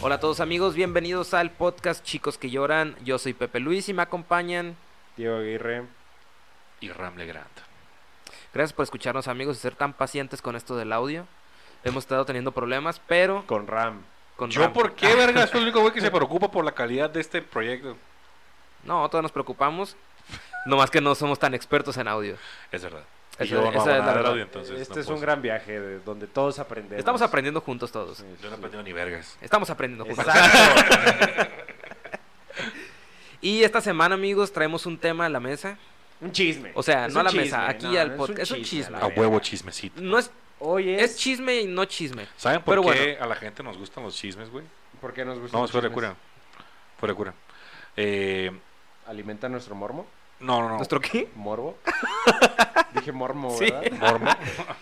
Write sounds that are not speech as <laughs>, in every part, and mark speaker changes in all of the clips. Speaker 1: Hola a todos amigos, bienvenidos al podcast Chicos que Lloran. Yo soy Pepe Luis y me acompañan.
Speaker 2: Diego Aguirre.
Speaker 3: y Ram Legrand.
Speaker 1: Gracias por escucharnos amigos y ser tan pacientes con esto del audio. Hemos estado teniendo problemas, pero
Speaker 2: Con RAM.
Speaker 1: con
Speaker 3: ¿Yo
Speaker 1: Ram-
Speaker 3: por qué,
Speaker 1: <laughs>
Speaker 3: verga? Soy el único güey que se preocupa por la calidad de este proyecto.
Speaker 1: No, todos nos preocupamos. Nomás que no somos tan expertos en audio.
Speaker 3: Es verdad.
Speaker 1: Esa-
Speaker 3: Y yo no
Speaker 1: esa
Speaker 3: hago
Speaker 1: es la
Speaker 3: nada de
Speaker 1: verdad.
Speaker 3: radio, entonces
Speaker 2: este
Speaker 3: no
Speaker 2: es
Speaker 3: puedo
Speaker 2: un gran viaje de- donde todos aprendemos.
Speaker 1: Estamos aprendiendo juntos todos.
Speaker 2: Sí, sí,
Speaker 3: ser- Yo no he
Speaker 2: sí.
Speaker 3: aprendido ni vergas.
Speaker 1: Estamos aprendiendo juntos.
Speaker 2: Exacto.
Speaker 1: Y esta semana, amigos, traemos un tema a la mesa.
Speaker 2: un chisme.
Speaker 1: O sea,
Speaker 2: Es
Speaker 1: no a
Speaker 2: un
Speaker 1: la mesa, aquí al
Speaker 2: es
Speaker 1: podcast. Es un chisme.
Speaker 2: la
Speaker 1: A
Speaker 3: A
Speaker 2: verga.
Speaker 3: huevo chismecito.
Speaker 1: No es,
Speaker 2: Hoy es,
Speaker 1: es chisme y no chisme.
Speaker 3: ¿Saben por
Speaker 1: Pero
Speaker 3: qué
Speaker 1: bueno. Pues
Speaker 3: a la gente nos gustan los chismes, güey?
Speaker 2: ¿Por qué nos gusta?
Speaker 3: No, es fuera de cura. Fuera de cura. Eh,
Speaker 2: ¿Alimenta nuestro mormo?
Speaker 3: no, no, no.
Speaker 1: ¿Nuestro qué? <laughs>
Speaker 2: ¿Morbo? Dije mormo,
Speaker 1: Sí.
Speaker 2: ¿verdad?
Speaker 3: Mormo.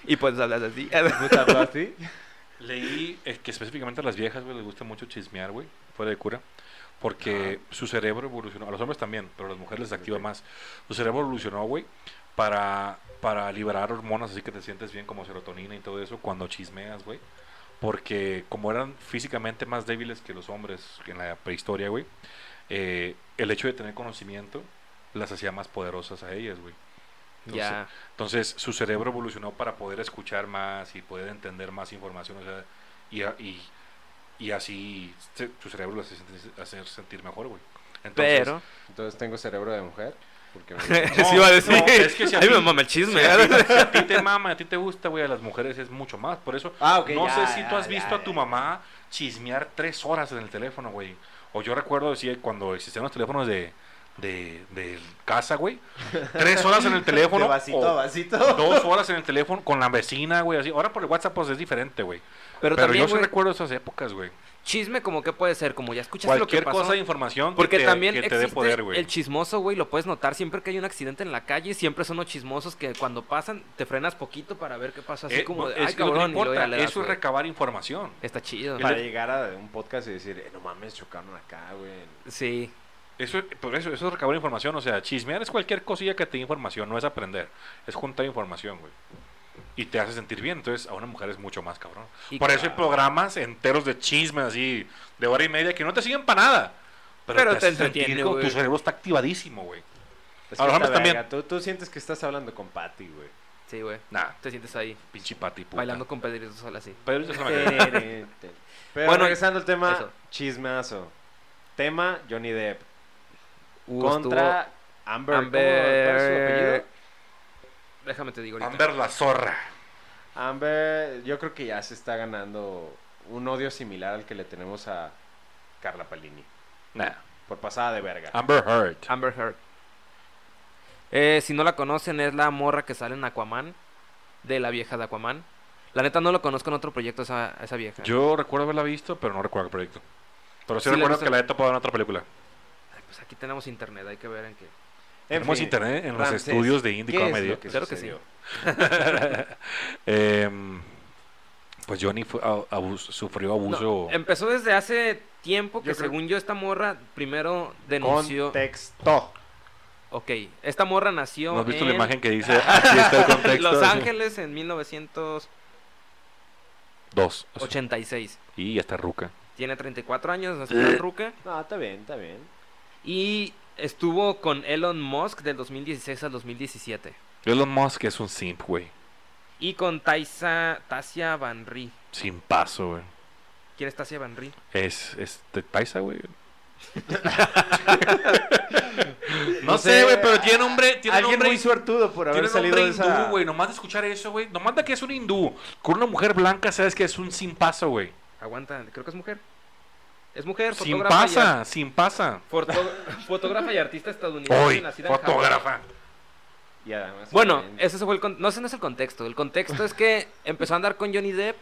Speaker 1: Y pues hablas así.
Speaker 2: ¿Puta, hablo así?
Speaker 3: Leí eh, que específicamente a las viejas, güey, les gusta mucho chismear, güey. Fuera de cura. Porque su cerebro evolucionó. A los hombres también, pero a las mujeres les activa
Speaker 2: Ok.
Speaker 3: más. Su cerebro evolucionó, güey, para, para liberar hormonas, así que te sientes bien como serotonina y todo eso cuando chismeas, güey. Porque como eran físicamente más débiles que los hombres en la prehistoria, güey, eh, el hecho de tener conocimiento las hacía más poderosas a ellas, güey. Entonces,
Speaker 1: ya.
Speaker 3: entonces su cerebro evolucionó para poder escuchar más y poder entender más información, o sea, y, a- y, y así se- su cerebro lo hace sentir, hacer sentir mejor, güey. Entonces,
Speaker 1: Pero.
Speaker 2: Entonces tengo cerebro de mujer. Porque me-
Speaker 1: <laughs> Sí iba a decir.
Speaker 3: no, es que si a
Speaker 1: Ay,
Speaker 3: ti-
Speaker 1: me mama el chisme.
Speaker 3: si a, ti, si a ti te mama, a ti te gusta, güey, a las mujeres es mucho más. Por eso,
Speaker 2: Ah, ok,
Speaker 3: no
Speaker 2: ya,
Speaker 3: sé si tú
Speaker 2: ya,
Speaker 3: has
Speaker 2: ya,
Speaker 3: visto a
Speaker 2: ya,
Speaker 3: tu
Speaker 2: ya.
Speaker 3: mamá chismear tres horas en el teléfono, güey. O yo recuerdo decir, cuando existían los teléfonos de, de, de casa, güey, tres horas en el
Speaker 2: <laughs>
Speaker 3: teléfono.
Speaker 2: De vasito
Speaker 3: o-
Speaker 2: a vasito.
Speaker 3: dos horas en el teléfono con la vecina, güey, así. Ahora por el WhatsApp pues es diferente, güey.
Speaker 1: Pero,
Speaker 3: Pero,
Speaker 1: también,
Speaker 3: yo sí
Speaker 1: güey,
Speaker 3: recuerdo esas épocas, güey.
Speaker 1: chisme como que puede ser, como ya escuchaste
Speaker 3: Cualquier
Speaker 1: lo que pasó.
Speaker 3: cosa de información
Speaker 1: porque
Speaker 3: que te,
Speaker 1: también
Speaker 3: que te dé
Speaker 1: existe
Speaker 3: poder, güey.
Speaker 1: el chismoso, güey, lo puedes notar siempre que hay un accidente en la calle, siempre son los chismosos que cuando pasan te frenas poquito para ver qué pasa, así
Speaker 3: Eh,
Speaker 1: como
Speaker 3: no,
Speaker 1: de,
Speaker 3: es
Speaker 1: ay,
Speaker 3: que lo que
Speaker 1: cabrón, y luego
Speaker 3: importa,
Speaker 1: ya le das,
Speaker 3: eso es
Speaker 1: güey.
Speaker 3: recabar información.
Speaker 1: Está chido.
Speaker 2: Para llegar a un podcast y decir, eh, no mames, chocaron acá, güey.
Speaker 1: Sí.
Speaker 3: Eso, es- por eso, eso es recabar información. O sea, chismear es cualquier cosilla que te dé información, no es aprender. Es juntar información, güey. Y te hace sentir bien. Entonces, a una mujer es mucho más, cabrón.
Speaker 1: Y
Speaker 3: por eso hay programas enteros de chismes así, de hora y media, que no te siguen para nada. Pero,
Speaker 1: Pero
Speaker 3: te,
Speaker 1: te
Speaker 3: hace sentir
Speaker 1: entretiene,
Speaker 3: como
Speaker 1: güey.
Speaker 3: Tu cerebro está activadísimo, güey.
Speaker 2: Es
Speaker 3: A los
Speaker 2: que
Speaker 3: hombres
Speaker 2: está verga,
Speaker 3: también.
Speaker 2: Tú, tú sientes que estás hablando con Patty, güey.
Speaker 1: Sí, güey.
Speaker 3: Nah,
Speaker 1: Te sientes ahí,
Speaker 3: pinche pati, puta.
Speaker 1: bailando con Pedrito Sola así.
Speaker 3: Pedrito Sola me cae.
Speaker 2: Pero
Speaker 1: Bueno,
Speaker 2: regresando al tema,
Speaker 1: eso.
Speaker 2: chismazo. Tema Johnny Depp
Speaker 1: Uh,
Speaker 2: contra Amber.
Speaker 1: estuvo-
Speaker 2: ¿cómo- cuál es su
Speaker 1: Amber...
Speaker 2: apellido?
Speaker 1: Déjame te digo ahorita.
Speaker 3: Amber la zorra.
Speaker 2: Amber, yo creo que ya se está ganando un odio similar al que le tenemos a Carla Palini.
Speaker 3: Nah.
Speaker 2: Por pasada de verga.
Speaker 3: Amber Heard.
Speaker 1: Amber Heard. Eh, si no la conocen, es la morra que sale en Aquaman. De la vieja de Aquaman. La neta no lo conozco en otro proyecto esa, esa vieja.
Speaker 3: Yo recuerdo haberla visto, pero no recuerdo qué proyecto. Pero sí,
Speaker 1: Sí, la
Speaker 3: recuerdo
Speaker 1: viste.
Speaker 3: que la he topado en otra <laughs> película.
Speaker 1: Ay, pues aquí tenemos internet, hay que ver en qué.
Speaker 3: Tenemos
Speaker 2: fin,
Speaker 3: internet en los
Speaker 2: Ramses,
Speaker 3: estudios de Indie
Speaker 2: ¿qué es
Speaker 3: Comedy.
Speaker 2: lo que
Speaker 1: Claro que
Speaker 2: sucedió?
Speaker 3: Em, pues Johnny fue a- abus- sufrió
Speaker 1: No, em,
Speaker 3: abuso.
Speaker 1: empezó desde hace tiempo que
Speaker 2: Yo creo-
Speaker 1: según yo esta morra primero denunció...
Speaker 2: Contexto.
Speaker 1: Ok, esta morra nació
Speaker 3: ¿No has visto
Speaker 1: en
Speaker 3: la imagen que dice? Aquí está el contexto.
Speaker 1: Los
Speaker 3: Así.
Speaker 1: Ángeles en 1986.
Speaker 3: Dos. O sea, Y ya está ruca.
Speaker 1: Tiene 34 años, no es
Speaker 3: <laughs>
Speaker 1: tan ruca.
Speaker 2: No, está bien, está bien.
Speaker 1: Y estuvo con Elon Musk del 2016 al 2017.
Speaker 3: Elon Musk es un simp, güey.
Speaker 1: Y con Taisa, Tasia Van Ri.
Speaker 3: Sin paso, güey.
Speaker 1: ¿Quién es Tasia Van Ri?
Speaker 3: Es, es de paisa, güey.
Speaker 2: No
Speaker 3: <laughs> no sé,
Speaker 2: sé,
Speaker 3: güey, pero tiene nombre, tiene
Speaker 2: Alguien
Speaker 3: nombre,
Speaker 2: muy suertudo por haber
Speaker 3: tiene
Speaker 2: salido
Speaker 3: nombre
Speaker 2: de
Speaker 3: hindú,
Speaker 2: esa...
Speaker 3: güey. Nomás de escuchar eso, güey. Nomás de que es un hindú. Con una mujer blanca, sabes que es un sin paso, güey.
Speaker 1: Aguanta, creo que es mujer. Es mujer,
Speaker 3: Sin
Speaker 1: fotógrafa. Y ar-
Speaker 3: pasa, sin pasa.
Speaker 1: forto- <laughs> fotógrafa y artista estadounidense.
Speaker 3: Hoy,
Speaker 1: nacida en Hawái.
Speaker 3: fotógrafa.
Speaker 2: Y además,
Speaker 1: Bueno,
Speaker 2: obviamente,
Speaker 1: ese fue el con- no, ese no es el contexto. El contexto es
Speaker 2: <laughs>
Speaker 1: que empezó a andar con Johnny Depp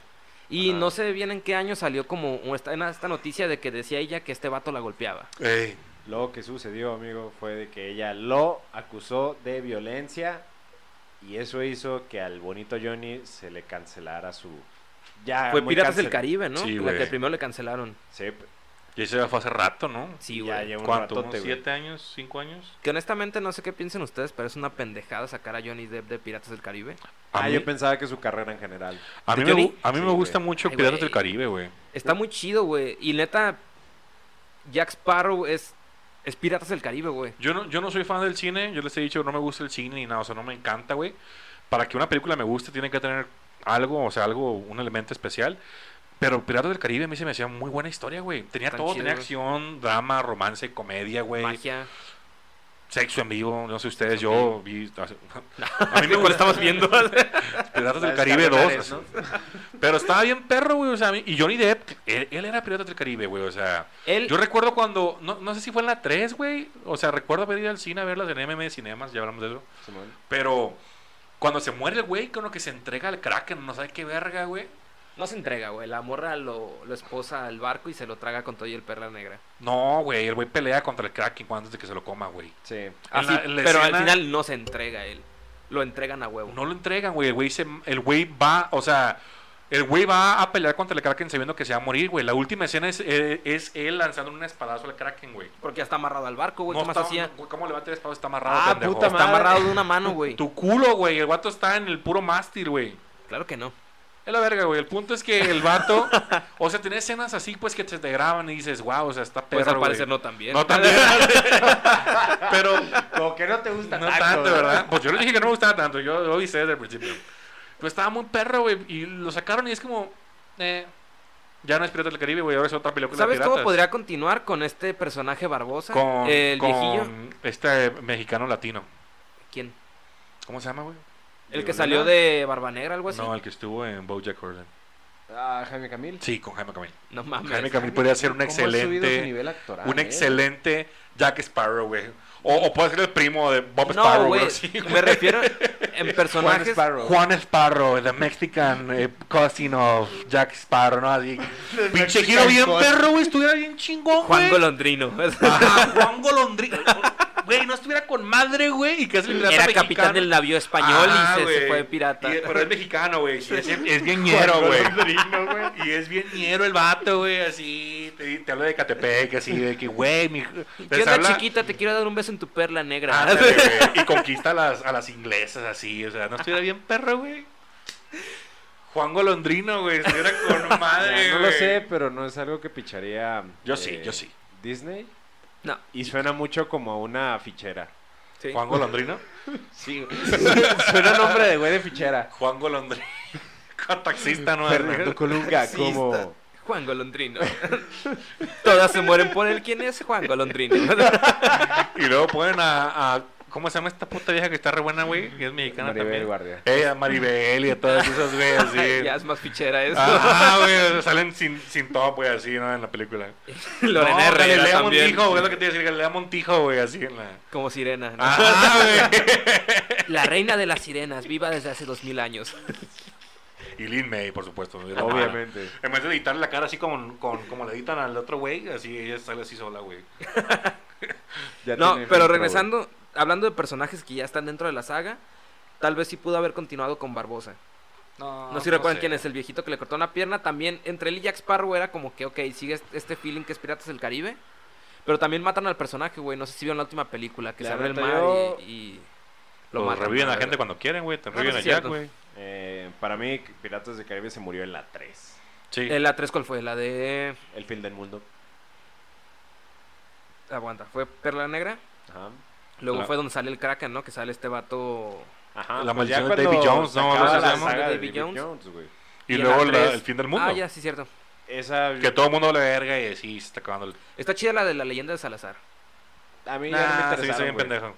Speaker 1: y
Speaker 2: Ajá.
Speaker 1: no sé bien en qué año salió como o esta, en esta noticia de que decía ella que este vato la golpeaba.
Speaker 3: Ey,
Speaker 2: Lo que sucedió, amigo, fue de que ella lo acusó de violencia y eso hizo que al bonito Johnny se le cancelara su... Ya
Speaker 1: fue
Speaker 2: Ah, muy
Speaker 1: Piratas del
Speaker 2: cancel-
Speaker 1: Caribe, ¿no?
Speaker 3: Sí,
Speaker 1: la
Speaker 3: güey.
Speaker 1: que primero le cancelaron.
Speaker 2: Sí, p-
Speaker 3: Y ese ya fue hace rato, ¿no?
Speaker 1: Sí,
Speaker 2: ya
Speaker 1: güey.
Speaker 2: lleva un
Speaker 3: ¿Cuánto?
Speaker 2: ratote,
Speaker 3: ¿Unos
Speaker 2: güey.
Speaker 3: siete años? ¿Cinco años?
Speaker 1: Que honestamente no sé qué piensen ustedes, pero es una pendejada sacar a Johnny Depp de Piratas del Caribe.
Speaker 3: A
Speaker 2: Ah,
Speaker 3: mí,
Speaker 2: yo pensaba que su carrera en general.
Speaker 3: a mí
Speaker 1: ¿De
Speaker 3: me,
Speaker 1: Johnny?
Speaker 3: gu- a mí
Speaker 2: Sí,
Speaker 3: me gusta
Speaker 2: güey.
Speaker 3: mucho
Speaker 1: Ay,
Speaker 3: Piratas
Speaker 1: güey.
Speaker 3: del Caribe, güey.
Speaker 1: Está muy chido, güey. Y neta, Jack Sparrow es, es Piratas del Caribe, güey.
Speaker 3: Yo no, yo no soy fan del cine, yo les he dicho, no me gusta el cine ni nada, o sea, no me encanta, güey. Para que una película me guste tiene que tener algo, o sea, algo, un elemento especial. Pero Piratas del Caribe a mí se me hacía muy buena historia, güey. Tenía
Speaker 1: Tan
Speaker 3: todo,
Speaker 1: chido,
Speaker 3: tenía
Speaker 1: güey.
Speaker 3: acción, drama, romance, comedia, güey.
Speaker 1: Magia.
Speaker 3: Sexo en vivo, no sé ustedes,
Speaker 1: Sexo en
Speaker 3: yo vi...
Speaker 1: <laughs>
Speaker 3: A mí me
Speaker 1: ¿Cuál
Speaker 3: gusta
Speaker 1: estamos viendo?
Speaker 3: <laughs> Piratas del
Speaker 2: Las
Speaker 3: Caribe 2.
Speaker 2: carreras,
Speaker 3: así. Pero estaba bien perro, güey. O sea, a mí- y Johnny Depp, él, él era Piratas del Caribe, güey. O sea,
Speaker 1: Él,
Speaker 3: yo recuerdo cuando, no, no sé si fue en la 3, güey. O sea, recuerdo haber ido al cine a verlas en MM Cinemas, ya hablamos de eso.
Speaker 2: Simón.
Speaker 3: Pero cuando se muere el güey, con lo que se entrega al Kraken, no sabe qué verga, güey.
Speaker 1: No se entrega, güey. La morra lo, lo esposa al barco y se lo traga con todo y el perla negra.
Speaker 3: No, güey, el güey pelea contra el Kraken cuando- antes de que se lo coma, güey.
Speaker 2: Sí.
Speaker 1: Ah,
Speaker 3: En
Speaker 1: sí,
Speaker 3: la- en la
Speaker 1: pero
Speaker 3: escena-
Speaker 1: al final no se entrega él. Lo entregan a huevo.
Speaker 3: No lo entregan, güey. El güey se, el güey va, o sea, el güey va a pelear contra el Kraken sabiendo que se va a morir, güey. La última escena es, eh, es él lanzando un espadazo al Kraken, güey.
Speaker 1: Porque ya está amarrado al barco, güey.
Speaker 3: No
Speaker 1: ¿Qué más
Speaker 3: está-
Speaker 1: hacía?
Speaker 3: güey, ¿Cómo le va a tirar espadazo? Está amarrado,
Speaker 2: Ah,
Speaker 3: pendejo.
Speaker 2: puta
Speaker 1: Está
Speaker 2: madre.
Speaker 1: amarrado de <laughs> una mano, güey.
Speaker 3: Tu culo, güey. El guato está en el puro mástil, güey.
Speaker 1: Claro que no.
Speaker 3: Es la verga, güey. El punto es que el vato. o sea, tiene escenas así, pues, que te, te graban y dices, wow, o sea, está
Speaker 1: Pues
Speaker 3: perro.
Speaker 1: al
Speaker 3: güey".
Speaker 1: parecer no también. <laughs>
Speaker 3: No también. <laughs> Pero
Speaker 2: Como que no te gusta
Speaker 3: no tanto, ¿verdad? Pues yo le dije que no me gustaba tanto. Yo lo hice desde el principio. Pero estaba muy perro, güey. Y lo sacaron y es como. Eh, ya no es Piratas del Caribe, güey. Ahora es otra película. de
Speaker 1: ¿Sabes cómo
Speaker 3: piratas.
Speaker 1: podría continuar con este personaje Barbosa?
Speaker 3: Con,
Speaker 1: el
Speaker 3: con
Speaker 1: viejillo.
Speaker 3: este mexicano latino.
Speaker 1: ¿Quién?
Speaker 3: ¿Cómo se llama, güey?
Speaker 1: El que salió de Barba Negra, algo así.
Speaker 3: No,
Speaker 1: No,
Speaker 3: el que estuvo en Bojack Horseman.
Speaker 2: Ah, Jaime Camil.
Speaker 3: Sí, con Jaime Camil.
Speaker 1: mames.
Speaker 3: Jaime Camil podría ser un
Speaker 2: ¿Cómo ha subido su
Speaker 3: excelente.
Speaker 2: nivel actoral,
Speaker 3: Un
Speaker 2: eh?
Speaker 3: excelente Jack Sparrow, güey. O, o puede ser el primo de Bob
Speaker 1: No,
Speaker 3: Sparrow,
Speaker 1: güey.
Speaker 3: güey. así, güey.
Speaker 1: Me
Speaker 3: <laughs>
Speaker 1: refiero en
Speaker 2: Juan
Speaker 1: personajes.
Speaker 2: Sparrow.
Speaker 3: Juan Sparrow, the Mexican eh, cousin of Jack Sparrow, ¿no? Así. Pinche
Speaker 2: Mexican
Speaker 3: giro bien
Speaker 2: cousin.
Speaker 3: perro, güey. Estuviera bien chingón,
Speaker 1: Juan
Speaker 3: güey.
Speaker 1: Golondrino. <laughs>
Speaker 3: Ajá, <laughs> Juan Golondrino. Güey, no estuviera con madre, güey. Y que es el pirata
Speaker 1: Era
Speaker 3: mexicano.
Speaker 1: capitán del navío español y se-
Speaker 3: Ajá,
Speaker 1: se,
Speaker 3: güey.
Speaker 1: fue de pirata.
Speaker 3: Y-
Speaker 1: <laughs>
Speaker 3: pero es mexicano, güey. y Es, es bien
Speaker 2: Juan
Speaker 3: ñero, güey.
Speaker 2: Golondrino, güey.
Speaker 3: Y es bien ñero el vato, güey, así. Te, te habla de Catepec, así, de que, güey, mi.
Speaker 1: ¿Qué onda, chiquita? Te quiero dar un beso en tu perla negra.
Speaker 3: Ándale, güey, y conquista a las, a las inglesas, así. O sea, no estuviera bien perro, güey. Juan Golondrino, güey, estuviera con madre,
Speaker 2: Ya, no
Speaker 3: güey.
Speaker 2: lo sé, pero no es algo que picharía. eh,
Speaker 3: Yo sí, yo sí.
Speaker 2: Disney.
Speaker 1: No.
Speaker 2: Y suena mucho como a una
Speaker 3: <laughs>
Speaker 2: fichera.
Speaker 1: Sí.
Speaker 3: Juan Golondrino.
Speaker 2: Sí, suena nombre de güey de fichera.
Speaker 3: Juan Golondrino. <laughs> Con taxista, ¿no?
Speaker 2: Fernando Colunga, como.
Speaker 1: <laughs> Juan Golondrino. <laughs> Todas se mueren por él. ¿Quién es Juan Golondrino?
Speaker 3: Y luego ponen a, a- ¿Cómo se llama esta puta vieja que está re buena, güey? Que es mexicana
Speaker 2: Maribel
Speaker 3: también. <laughs>
Speaker 2: Guardia.
Speaker 3: Ella, Maribel y a todas esas, güey, así. Ah.
Speaker 1: ya es más fichera eso.
Speaker 3: Ajá, güey, o sea, salen sin, sin top, güey, así, ¿no? En la película.
Speaker 1: <laughs> Lorena
Speaker 3: no,
Speaker 1: Herrera
Speaker 3: Galilea
Speaker 1: también.
Speaker 3: Montijo, güey, es lo que Ah. te iba a decir, Galilea Montijo, güey, así en la...
Speaker 1: Como sirena. ¿no?
Speaker 3: <laughs> Ajá,
Speaker 1: <laughs> La reina de las sirenas, viva desde hace dos mil años.
Speaker 3: güey. Y Lin May, por supuesto. ¿no? Y la hermana.
Speaker 2: Obviamente.
Speaker 3: En vez de editarle la cara así con, con, como le editan al otro güey, así ella sale así sola, güey.
Speaker 2: Ya
Speaker 1: No,
Speaker 2: tiene
Speaker 1: pero
Speaker 2: filtro,
Speaker 1: regresando, hablando de personajes que ya están dentro de la saga, tal vez sí pudo haber continuado con Barbosa.
Speaker 3: Ah,
Speaker 1: No sé si recuerdan quién es el viejito que le cortó una pierna. También entre él y Jack Sparrow era como que, ok, sigue est- este feeling que es Piratas del Caribe. Pero también matan al personaje, güey. No sé si vieron la última película, que
Speaker 2: La
Speaker 1: se abre el
Speaker 2: neta,
Speaker 1: mar
Speaker 2: yo-
Speaker 1: y, y
Speaker 3: Lo
Speaker 1: lo matan.
Speaker 3: Pues reviven a
Speaker 1: la
Speaker 3: la gente
Speaker 1: verdad.
Speaker 3: cuando quieren, güey. Te
Speaker 1: no
Speaker 3: reviven
Speaker 1: es
Speaker 3: a Jack,
Speaker 1: cierto.
Speaker 3: güey.
Speaker 2: güey. Eh, para mí, Piratas de Caribe se murió en la 3.
Speaker 3: Sí.
Speaker 1: Eh, ¿La 3 cuál fue? La de...
Speaker 2: El fin del mundo.
Speaker 1: Aguanta, fue Perla Negra.
Speaker 2: Ajá.
Speaker 1: Luego
Speaker 3: La-
Speaker 1: fue donde sale el Kraken, ¿no? Que sale este vato...
Speaker 2: Ajá. pues
Speaker 3: La
Speaker 2: ya
Speaker 3: maldición de
Speaker 2: cuando
Speaker 3: Davy Jones,
Speaker 2: se
Speaker 3: ¿no?
Speaker 2: acaba
Speaker 3: ¿Algo así
Speaker 2: la
Speaker 3: se llama?
Speaker 2: saga de
Speaker 1: Davy
Speaker 2: Davy
Speaker 1: Jones.
Speaker 2: Jones, güey.
Speaker 3: Y,
Speaker 1: y en
Speaker 3: luego
Speaker 1: la
Speaker 3: la-
Speaker 1: tres-
Speaker 3: el fin del mundo.
Speaker 1: Ah, ya, sí, cierto.
Speaker 2: Esa.
Speaker 3: Que todo el mundo le verga y sí, se está acabando el...
Speaker 1: Está chida la de la leyenda de Salazar.
Speaker 2: A mí ya no me
Speaker 3: Nah, sí,
Speaker 2: interesaron,
Speaker 3: soy bien
Speaker 2: güey.
Speaker 3: pendejo.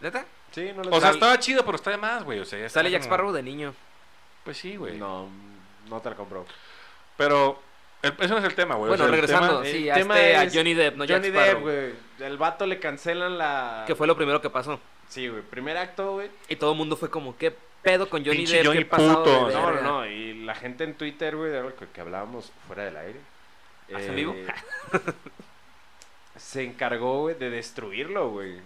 Speaker 1: ¿Neta?
Speaker 2: Sí, no les
Speaker 3: O sea,
Speaker 2: sal-
Speaker 3: estaba chido, pero está de más, güey. O sea, ya está
Speaker 1: Sale Jack
Speaker 3: como-
Speaker 1: Sparrow de niño.
Speaker 3: Pues sí, güey.
Speaker 2: No, no te la compro.
Speaker 3: Pero el- eso no es el tema, güey. O
Speaker 1: Bueno,
Speaker 3: sea, Pues el
Speaker 1: regresando,
Speaker 3: tema-
Speaker 2: tema-
Speaker 1: sí,
Speaker 2: el
Speaker 1: a,
Speaker 2: tema
Speaker 1: este- a
Speaker 2: es
Speaker 1: Johnny Depp, no
Speaker 2: Johnny
Speaker 1: Jack Sparrow.
Speaker 2: Depp, güey. El vato le cancelan la.
Speaker 1: Que fue lo primero que pasó.
Speaker 2: Sí, güey. Primer acto, güey.
Speaker 1: Y todo el mundo fue como, ¿qué pedo con Johnny
Speaker 3: Pinche
Speaker 1: Depp?
Speaker 3: Johnny
Speaker 1: ¿Qué pasado
Speaker 3: puto.
Speaker 1: de
Speaker 2: No, no,
Speaker 1: verga?
Speaker 2: no. Y la gente en Twitter, güey, de algo que, que hablábamos fuera del aire. Eh,
Speaker 1: ¿Hace vivo?
Speaker 2: se encargó, güey, de destruirlo, güey.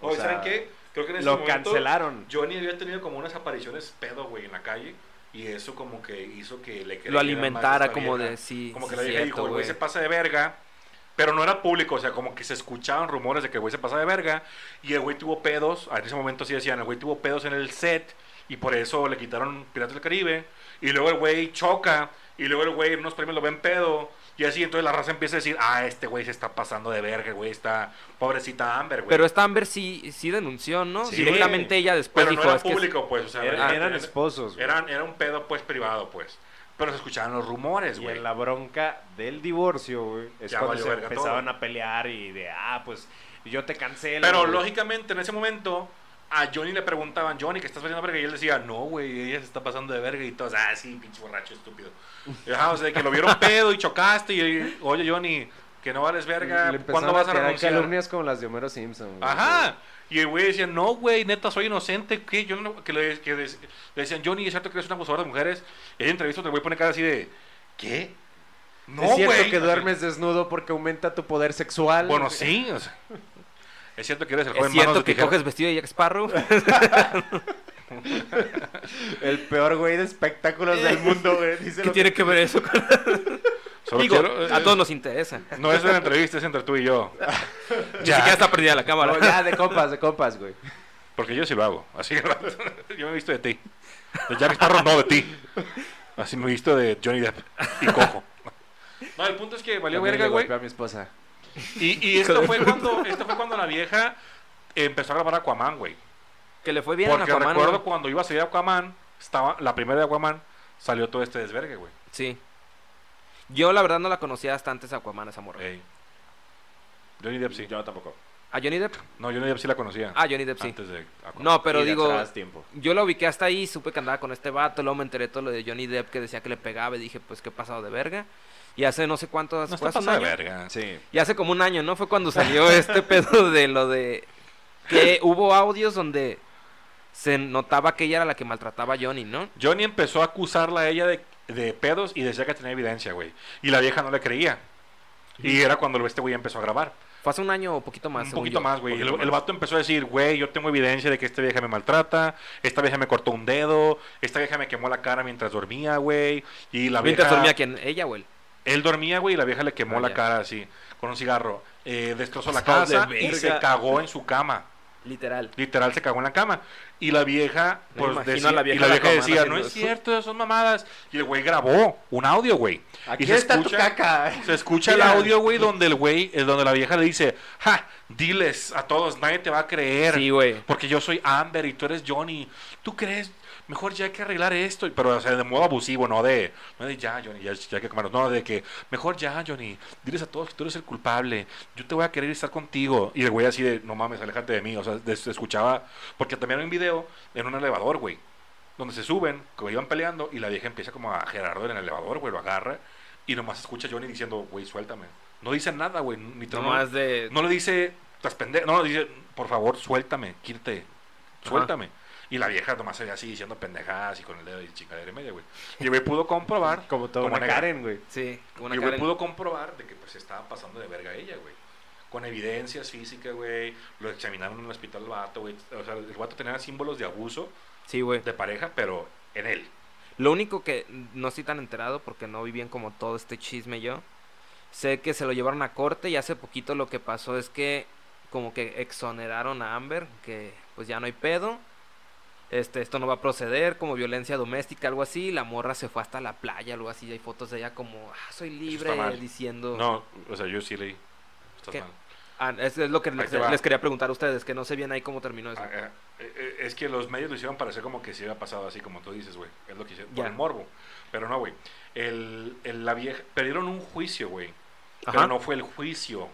Speaker 2: O
Speaker 3: Oye,
Speaker 2: sea,
Speaker 3: ¿saben qué? Creo que en ese
Speaker 2: Lo
Speaker 3: momento
Speaker 2: cancelaron.
Speaker 3: Johnny había tenido como unas apariciones pedo, güey, en la calle. Y eso como que hizo que le
Speaker 1: Lo
Speaker 3: creyera más
Speaker 1: alimentara
Speaker 3: esta
Speaker 1: como
Speaker 3: vieja.
Speaker 1: de sí.
Speaker 3: Como
Speaker 1: sí,
Speaker 3: que la vieja
Speaker 1: cierto,
Speaker 3: dijo, el güey
Speaker 1: güey".
Speaker 3: se pasa de verga. Pero no era público, o sea, como que se escuchaban rumores de que el güey se pasa de verga. Y el güey tuvo pedos, en ese momento sí decían, el güey tuvo pedos en el set. Y por eso le quitaron Piratas del Caribe. Y luego el güey choca. Y luego el güey en unos premios lo ven pedo. Y así, entonces la raza empieza a decir, ah, este güey se está pasando de verga, el güey está pobrecita Amber, güey.
Speaker 1: Pero esta Amber sí, sí denunció, ¿no?
Speaker 3: Sí.
Speaker 1: Directamente ella después
Speaker 3: Pero
Speaker 1: dijo,
Speaker 3: no era
Speaker 1: "Es que es-
Speaker 3: público, pues, o sea,
Speaker 2: Era-
Speaker 3: era-
Speaker 2: eran
Speaker 3: era-
Speaker 2: esposos, güey.
Speaker 3: eran- era un pedo, pues, privado, pues. Pero se escuchaban los rumores,
Speaker 2: Y
Speaker 3: güey.
Speaker 2: en la bronca del divorcio, güey, es
Speaker 3: Ya
Speaker 2: cuando
Speaker 3: valió
Speaker 2: se
Speaker 3: verga
Speaker 2: empezaban
Speaker 3: todo.
Speaker 2: a pelear y de, ah, pues yo te cancelo.
Speaker 3: Pero
Speaker 2: güey.
Speaker 3: lógicamente en ese momento a Johnny le preguntaban, Johnny, ¿qué estás pasando verga? Y él decía, no, güey, ella se está pasando de verga y todos, ah, sí, pinche borracho estúpido. Y, Ajá, o sea, que lo vieron pedo y chocaste y, oye, Johnny, que no vales verga,
Speaker 2: Y le empezaron
Speaker 3: ¿cuándo vas a
Speaker 2: tirar
Speaker 3: renunciar?
Speaker 2: calumnias como las de Homero Simpson. güey.
Speaker 3: Ajá. Y el güey decía, no, güey, neta, soy inocente. ¿Qué? Yo no- que le, que des- le decían, Johnny, ¿es cierto que eres un abusador de mujeres? Y en entrevistas el güey pone cara así de, ¿qué? No,
Speaker 2: es cierto
Speaker 3: güey.
Speaker 2: que
Speaker 3: Así.
Speaker 2: duermes desnudo porque aumenta tu poder sexual.
Speaker 3: Bueno, sí. o sea, es cierto que eres el
Speaker 1: Es
Speaker 3: joven manos de
Speaker 1: cierto que
Speaker 3: tijera.
Speaker 1: coges vestido de Jack Sparrow.
Speaker 3: <laughs>
Speaker 2: El peor güey de espectáculos del mundo, güey.
Speaker 3: <laughs>
Speaker 2: Dice
Speaker 1: ¿Qué
Speaker 2: lo
Speaker 1: tiene que ver eso con
Speaker 3: Solo
Speaker 1: Digo,
Speaker 3: quiero- eh,
Speaker 1: a todos nos interesa.
Speaker 3: No es una entrevista, es entre tú y yo.
Speaker 1: Ni
Speaker 3: Ya.
Speaker 1: siquiera está perdida la cámara.
Speaker 2: No, ya, de compas, de compas, güey.
Speaker 3: Porque yo sí lo hago. Así <laughs> yo me he visto de ti. De Jack Sparrow, no de ti. Así me he visto de Johnny Depp. Y cojo. No, el punto es que valió
Speaker 2: También
Speaker 3: verga,
Speaker 2: le
Speaker 3: güey.
Speaker 2: golpeé a mi esposa.
Speaker 3: Y, y esto, fue cuando, esto fue cuando la vieja empezó a grabar Aquaman, güey.
Speaker 1: Que le fue bien a
Speaker 3: Porque
Speaker 1: Aquaman.
Speaker 3: recuerdo
Speaker 1: ¿no?
Speaker 3: cuando iba a salir Aquaman, estaba, la primera de Aquaman, salió todo este desvergue, güey.
Speaker 1: Sí. Yo la verdad no la conocía hasta antes a Aquaman, esa morra.
Speaker 3: Ey. Johnny Depp sí.
Speaker 2: Yo tampoco.
Speaker 1: ¿A Johnny Depp?
Speaker 3: No, Johnny Depp sí la conocía.
Speaker 1: Ah, Johnny Depp sí.
Speaker 3: Antes de Aquaman.
Speaker 1: No, pero
Speaker 2: Y de
Speaker 1: digo,
Speaker 2: atrás, tiempo.
Speaker 1: yo la ubiqué hasta ahí, supe que andaba con este vato, luego me enteré todo lo de Johnny Depp que decía que le pegaba y dije, pues qué pasado de verga. Y hace no sé cuántos...
Speaker 3: no
Speaker 1: fue
Speaker 3: está
Speaker 1: hace un
Speaker 3: pasando de
Speaker 1: año.
Speaker 3: verga.
Speaker 2: Sí.
Speaker 1: Y hace como un año, ¿no? Fue
Speaker 3: <laughs>
Speaker 1: cuando salió este pedo de lo de que hubo audios donde se notaba que ella era la que maltrataba a Johnny, ¿no?
Speaker 3: Johnny empezó a acusarla a ella de, de pedos y decía que tenía evidencia, güey. Y la vieja no le creía. Y era cuando este güey empezó a grabar.
Speaker 1: Fue hace un año o poquito más.
Speaker 3: un
Speaker 1: según
Speaker 3: poquito
Speaker 1: yo.
Speaker 3: más, güey.
Speaker 1: Poquito
Speaker 3: El, el
Speaker 1: más.
Speaker 3: vato empezó a decir, güey, yo tengo evidencia de que esta vieja me maltrata, esta vieja me cortó un dedo, esta vieja me quemó la cara mientras dormía, güey. Y la
Speaker 1: Mientras
Speaker 3: vieja...
Speaker 1: dormía quien, ella o él.
Speaker 3: Él dormía, güey, y la vieja le quemó
Speaker 1: Ah,
Speaker 3: la
Speaker 1: ya.
Speaker 3: cara así, con un cigarro. Eh, destrozó la
Speaker 1: Estado de
Speaker 3: casa y se
Speaker 1: verga.
Speaker 3: cagó en su cama.
Speaker 1: Literal.
Speaker 3: Literal se cagó en la cama. Y la vieja,
Speaker 1: Me
Speaker 3: pues,
Speaker 1: imagino
Speaker 3: decía-
Speaker 1: a la vieja
Speaker 3: y la
Speaker 1: de la
Speaker 3: vieja
Speaker 1: cama
Speaker 3: decía, no
Speaker 1: haciendo
Speaker 3: es
Speaker 1: eso".
Speaker 3: cierto, son mamadas. Y el güey grabó un audio, güey.
Speaker 2: Aquí
Speaker 3: y se
Speaker 2: está tu
Speaker 3: escucha,
Speaker 2: caca.
Speaker 3: se escucha el
Speaker 2: Mira.
Speaker 3: audio, güey, donde el güey, eh, donde la vieja le dice, ja, diles a todos, nadie te va a creer.
Speaker 1: Sí, güey.
Speaker 3: Porque yo soy Amber y tú eres Johnny. ¿Tú crees? Mejor ya hay que arreglar esto. Y- Pero, o sea, de modo abusivo, no de, no de ya, Johnny, ya, ya hay que comernos. No, de que, mejor ya, Johnny, diles a todos que tú eres el culpable. Yo te voy a querer estar contigo. Y el güey así de, no mames, aléjate de mí. O sea, de- se escuchaba. Porque también hay un video en un elevador, güey. Donde se suben, como iban peleando, y la vieja empieza como a Gerardo en el elevador, güey, lo agarra. Y nomás escucha a Johnny diciendo, güey, suéltame. No dice nada, güey. Ni te-
Speaker 1: Nomás de...
Speaker 3: no le dice, estás pendejo. No, le dice, por favor, suéltame, quítate, suéltame. Y la vieja nomás se ve así diciendo pendejadas y con el dedo y chingadera y media, güey. Y el güey pudo comprobar.
Speaker 2: Como toda
Speaker 3: como
Speaker 2: una
Speaker 3: negra.
Speaker 2: Karen, güey.
Speaker 1: Sí, como <laughs>
Speaker 3: Y
Speaker 1: una
Speaker 3: el güey
Speaker 1: Karen.
Speaker 3: pudo comprobar de que pues se estaba pasando de verga ella, güey. Con evidencias físicas, güey. Lo examinaron en el hospital el vato, güey. O sea, el vato tenía símbolos de abuso
Speaker 1: Sí, güey.
Speaker 3: de pareja, pero en él.
Speaker 1: Lo único que no estoy tan enterado porque no vi bien como todo este chisme yo. Sé que se lo llevaron a corte y hace poquito lo que pasó es que como que exoneraron a Amber, que pues ya no hay pedo. Este, esto no va a proceder como violencia doméstica, algo así. La morra se fue hasta la playa, algo así. y Hay fotos de ella como, ah, soy libre,
Speaker 3: está mal.
Speaker 1: diciendo...
Speaker 3: No, o sea, yo sí leí. Estás
Speaker 1: ¿Qué?
Speaker 3: mal.
Speaker 1: Ah, es, es lo que les,
Speaker 3: te va.
Speaker 1: les quería preguntar a ustedes, que no sé bien ahí cómo terminó eso.
Speaker 3: Ah, eh, eh, Es que los medios lo hicieron parecer como que se había pasado así, como tú dices, güey. Es lo que hicieron. Por
Speaker 1: Ya.
Speaker 3: el morbo. Pero no, güey. El, el- la vieja. Perdieron un juicio, güey.
Speaker 1: Ajá.
Speaker 3: Pero no fue el juicio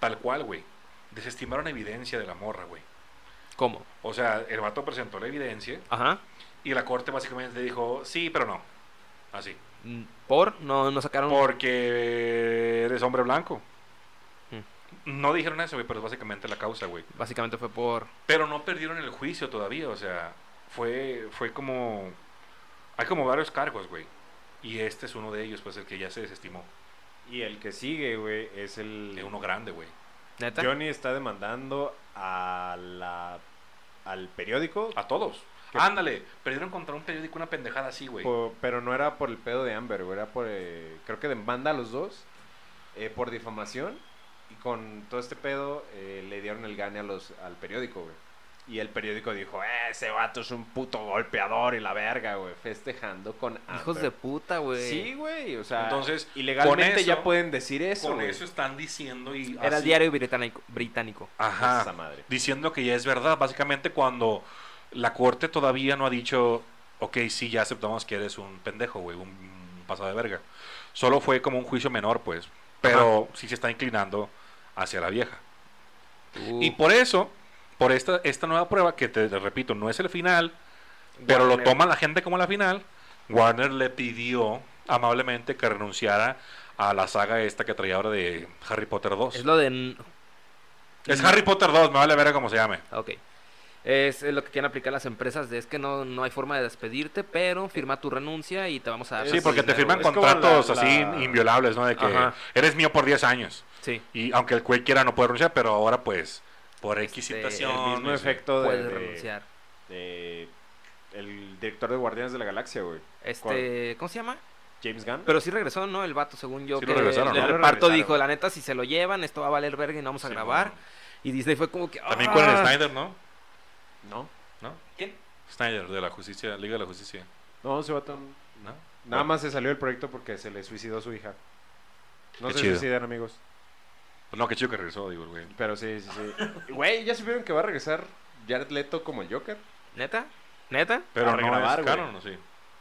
Speaker 3: tal cual, güey. Desestimaron evidencia de la morra, güey.
Speaker 1: ¿Cómo?
Speaker 3: O sea, el vato presentó la evidencia
Speaker 1: Ajá.
Speaker 3: y la corte básicamente dijo, sí, pero no. Así.
Speaker 1: Mm, ¿Por? No, no sacaron...
Speaker 3: Porque eres hombre blanco.
Speaker 1: Mm.
Speaker 3: No dijeron eso, güey, pero es básicamente la causa, güey.
Speaker 1: Básicamente fue por...
Speaker 3: Pero no perdieron el juicio todavía, o sea, fue, fue como... Hay como varios cargos, güey. Y este es uno de ellos, pues el que ya se desestimó.
Speaker 2: Y el que sigue, güey, es el...
Speaker 3: Es uno grande, güey.
Speaker 1: ¿Neta?
Speaker 2: Johnny está demandando a la al periódico,
Speaker 3: A todos.
Speaker 2: ¿Qué?
Speaker 3: Ándale, perdieron contra un periódico una pendejada así, güey.
Speaker 2: por- pero no era por el pedo de Amber, güey, era por, eh, creo que de banda los dos, eh, por difamación, y con todo este pedo eh, le dieron el gane a los, al periódico, güey. Y el periódico dijo, "Eh, ese vato es un puto golpeador y la verga, güey, festejando con Amber.
Speaker 1: Hijos de pues. puta, güey.
Speaker 2: Sí, güey, o sea,
Speaker 3: Entonces,
Speaker 2: ilegalmente
Speaker 3: con eso-
Speaker 2: ya pueden decir eso,
Speaker 3: Con
Speaker 2: güey.
Speaker 3: eso están diciendo y...
Speaker 1: Era el
Speaker 3: así-
Speaker 1: diario británico. británico.
Speaker 3: Ajá.
Speaker 2: Esa madre.
Speaker 3: diciendo que ya es verdad, básicamente cuando la corte todavía no ha dicho, ok, sí, ya aceptamos que eres un pendejo, güey, un, un pasado de verga. Solo fue como un juicio menor, pues, pero sí se está inclinando hacia la vieja. Y
Speaker 1: Uh,
Speaker 3: por eso, por esta, esta nueva prueba, que te, te repito, no es el final, pero lo
Speaker 1: Warner.
Speaker 3: toma la gente como la final, Warner le pidió amablemente que renunciara a la saga esta que traía ahora de Harry Potter 2.
Speaker 1: Es lo de.
Speaker 3: Es Harry Potter 2, me vale verga como se llame.
Speaker 1: Ok. Es eh, lo que quieren aplicar las empresas: de es que no, no hay forma de despedirte, pero firma tu renuncia y te vamos a dar.
Speaker 3: Sí,
Speaker 1: tu
Speaker 3: porque te
Speaker 1: dinero,
Speaker 3: firman
Speaker 2: Es
Speaker 1: güey.
Speaker 2: como
Speaker 3: contratos
Speaker 2: la- la-
Speaker 3: así inviolables, ¿no? De que
Speaker 1: Ajá.
Speaker 3: eres mío por 10 años.
Speaker 1: Sí.
Speaker 3: Y aunque el güey quiera no puede renunciar, pero ahora pues por X
Speaker 1: Este,
Speaker 3: situación.
Speaker 2: El mismo
Speaker 3: no sé.
Speaker 2: efecto de,
Speaker 1: Puedes
Speaker 2: de-
Speaker 1: renunciar.
Speaker 2: de el director de Guardianes de la Galaxia, güey.
Speaker 1: Este, ¿Cómo se llama?
Speaker 2: James Gunn.
Speaker 1: Pero sí regresó, ¿no? El vato, según yo.
Speaker 3: Sí
Speaker 1: que
Speaker 3: lo regresaron,
Speaker 1: el
Speaker 3: ¿no?
Speaker 1: reparto
Speaker 2: Lo regresaron.
Speaker 1: dijo: la neta, si se lo llevan, esto va a valer verga y no vamos a
Speaker 3: Sí,
Speaker 1: grabar.
Speaker 3: bueno.
Speaker 1: Y Disney fue como que.
Speaker 3: También
Speaker 1: "Ah".
Speaker 3: con el Snyder, ¿no?
Speaker 2: no,
Speaker 3: ¿No?
Speaker 1: ¿Quién?
Speaker 3: Snyder de la Justicia, Liga de la Justicia,
Speaker 2: no, ese vato no.
Speaker 3: ¿no?
Speaker 2: Nada más se salió del proyecto porque se le suicidó su hija. No
Speaker 3: Qué
Speaker 2: se
Speaker 3: chido.
Speaker 2: suicidan, amigos.
Speaker 3: Pues no, qué chido que regresó, digo, el güey.
Speaker 2: Pero sí, sí,
Speaker 3: <laughs>
Speaker 2: sí. Güey, ¿ya supieron que va a regresar Jared Leto como el Joker?
Speaker 1: ¿Neta? ¿Neta?
Speaker 3: Pero
Speaker 2: A
Speaker 3: no
Speaker 2: regrabar,
Speaker 3: es
Speaker 2: güey.
Speaker 3: canon, ¿no? Sí.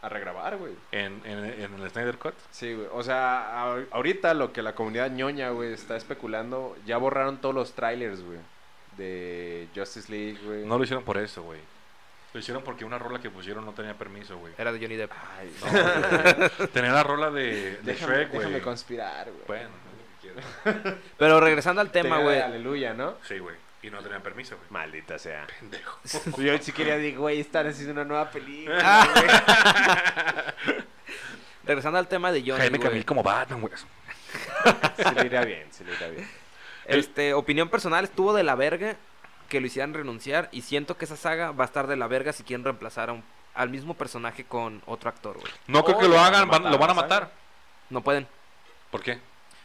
Speaker 2: A regrabar, güey.
Speaker 3: En, en, en el Snyder Cut.
Speaker 2: Sí, güey. O sea, a- ahorita lo que la comunidad ñoña, güey, está especulando. Ya borraron todos los trailers, güey. De Justice League, güey.
Speaker 3: No lo hicieron por eso, güey. Lo hicieron porque una rola que pusieron no tenía permiso,
Speaker 1: <laughs>
Speaker 3: güey.
Speaker 1: Era de Johnny Depp.
Speaker 2: Ay,
Speaker 3: No, güey. tenía la rola de, de
Speaker 2: déjame,
Speaker 3: Shrek, güey.
Speaker 2: déjame conspirar, güey.
Speaker 3: Bueno, lo que quieras.
Speaker 1: Pero regresando al tema,
Speaker 2: Tenía
Speaker 1: güey.
Speaker 2: de Aleluya, ¿no?
Speaker 3: Sí, güey. Y no tenían permiso,
Speaker 2: <laughs>
Speaker 3: güey.
Speaker 2: Maldita sea. <laughs>
Speaker 3: Pendejo.
Speaker 2: Yo sí quería decir, güey, están haciendo una nueva película.
Speaker 1: <laughs> <laughs> Regresando al tema de Johnny,
Speaker 3: Jaime
Speaker 1: güey.
Speaker 3: Camil como Batman, güey.
Speaker 2: Se le irá bien, se le irá bien.
Speaker 1: Este, opinión personal, estuvo de la verga que lo hicieran renunciar y siento que esa saga va a estar de la verga si quieren reemplazar a un- al mismo personaje con otro actor, güey.
Speaker 3: No creo
Speaker 2: Oh,
Speaker 3: que lo
Speaker 2: lo van a
Speaker 3: hagan, van-
Speaker 2: matar,
Speaker 3: lo van a
Speaker 2: ¿sabes?
Speaker 3: matar.
Speaker 1: No pueden.
Speaker 3: ¿Por qué?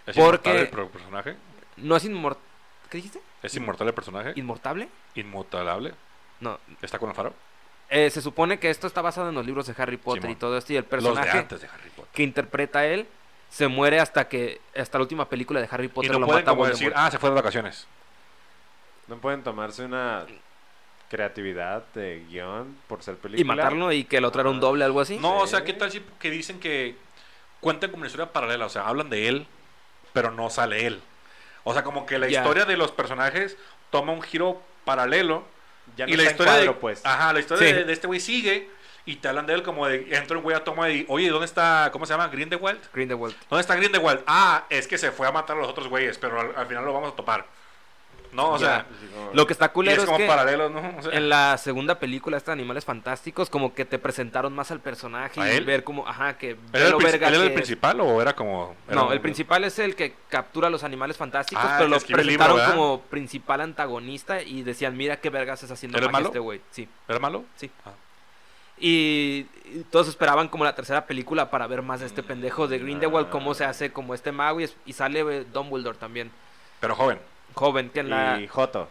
Speaker 3: ¿Es
Speaker 1: Porque-
Speaker 3: inmortal el pro- personaje?
Speaker 1: No es inmortal. ¿Qué dijiste?
Speaker 3: ¿Es inmortal el personaje?
Speaker 1: ¿Inmortable?
Speaker 3: ¿Inmortalable?
Speaker 1: No.
Speaker 3: ¿Está con el faro?
Speaker 1: Eh, se supone que esto está basado en los libros de Harry Potter
Speaker 3: Simón.
Speaker 1: y todo esto y el
Speaker 3: Los de
Speaker 1: personaje
Speaker 3: antes de Harry Potter.
Speaker 1: que interpreta él se muere hasta que hasta la última película de Harry
Speaker 3: Y
Speaker 1: Potter
Speaker 3: no
Speaker 1: lo
Speaker 3: pueden
Speaker 1: mata
Speaker 3: como
Speaker 1: Voldemort.
Speaker 3: decir, ah, se fue de vacaciones.
Speaker 2: No pueden tomarse una creatividad de guión por ser película.
Speaker 1: y matarlo y que el otro era un doble algo así.
Speaker 3: No, o
Speaker 2: Sí.
Speaker 3: sea, ¿qué tal si que dicen que cuentan como una historia paralela? O sea, hablan de él, pero no sale él. O sea, como que la
Speaker 1: Ya.
Speaker 3: historia de los personajes toma un giro paralelo.
Speaker 2: Ya no
Speaker 3: y la
Speaker 2: está en
Speaker 3: historia
Speaker 2: cuadro,
Speaker 3: de,
Speaker 2: pues.
Speaker 3: Ajá, la historia
Speaker 1: Sí.
Speaker 3: de, de este güey sigue y te hablan de él como de entra un güey a toma y oye, ¿dónde está? ¿Cómo se llama? Grindelwald.
Speaker 1: Grindelwald.
Speaker 3: ¿Dónde está Grindelwald? Ah, es que se fue a matar a los otros güeyes, pero al, al final lo vamos a topar. No, o
Speaker 1: Ya.
Speaker 3: sea,
Speaker 1: Lo que está
Speaker 3: y es
Speaker 1: culero es,
Speaker 3: como
Speaker 1: que
Speaker 3: paralelo, ¿no? O sea,
Speaker 1: en la segunda película esta de Animales Fantásticos como que te presentaron más al personaje
Speaker 3: ¿A
Speaker 1: y
Speaker 3: él?
Speaker 1: ver como ajá que
Speaker 3: ¿Era el,
Speaker 1: lo
Speaker 3: princi-
Speaker 1: verga
Speaker 3: él era el
Speaker 1: que es.
Speaker 3: principal o era como.? era
Speaker 1: No,
Speaker 3: un-
Speaker 1: el principal es el que captura a los animales fantásticos,
Speaker 3: Ah,
Speaker 1: pero
Speaker 3: el
Speaker 1: lo
Speaker 3: que escribe el libro,
Speaker 1: presentaron
Speaker 3: ¿verdad?
Speaker 1: como principal antagonista y decían, mira qué vergas es haciendo
Speaker 3: ¿Era el
Speaker 1: magia
Speaker 3: malo?
Speaker 1: este güey. Sí.
Speaker 3: ¿Era malo?
Speaker 1: Sí.
Speaker 3: Ah.
Speaker 1: Y, y todos esperaban como la tercera película para ver más de este pendejo de Grindelwald,
Speaker 3: Ah.
Speaker 1: cómo se hace como este mago y, es- y sale eh, Dumbledore también,
Speaker 3: Pero joven.
Speaker 1: joven, que en la...
Speaker 2: Y Joto.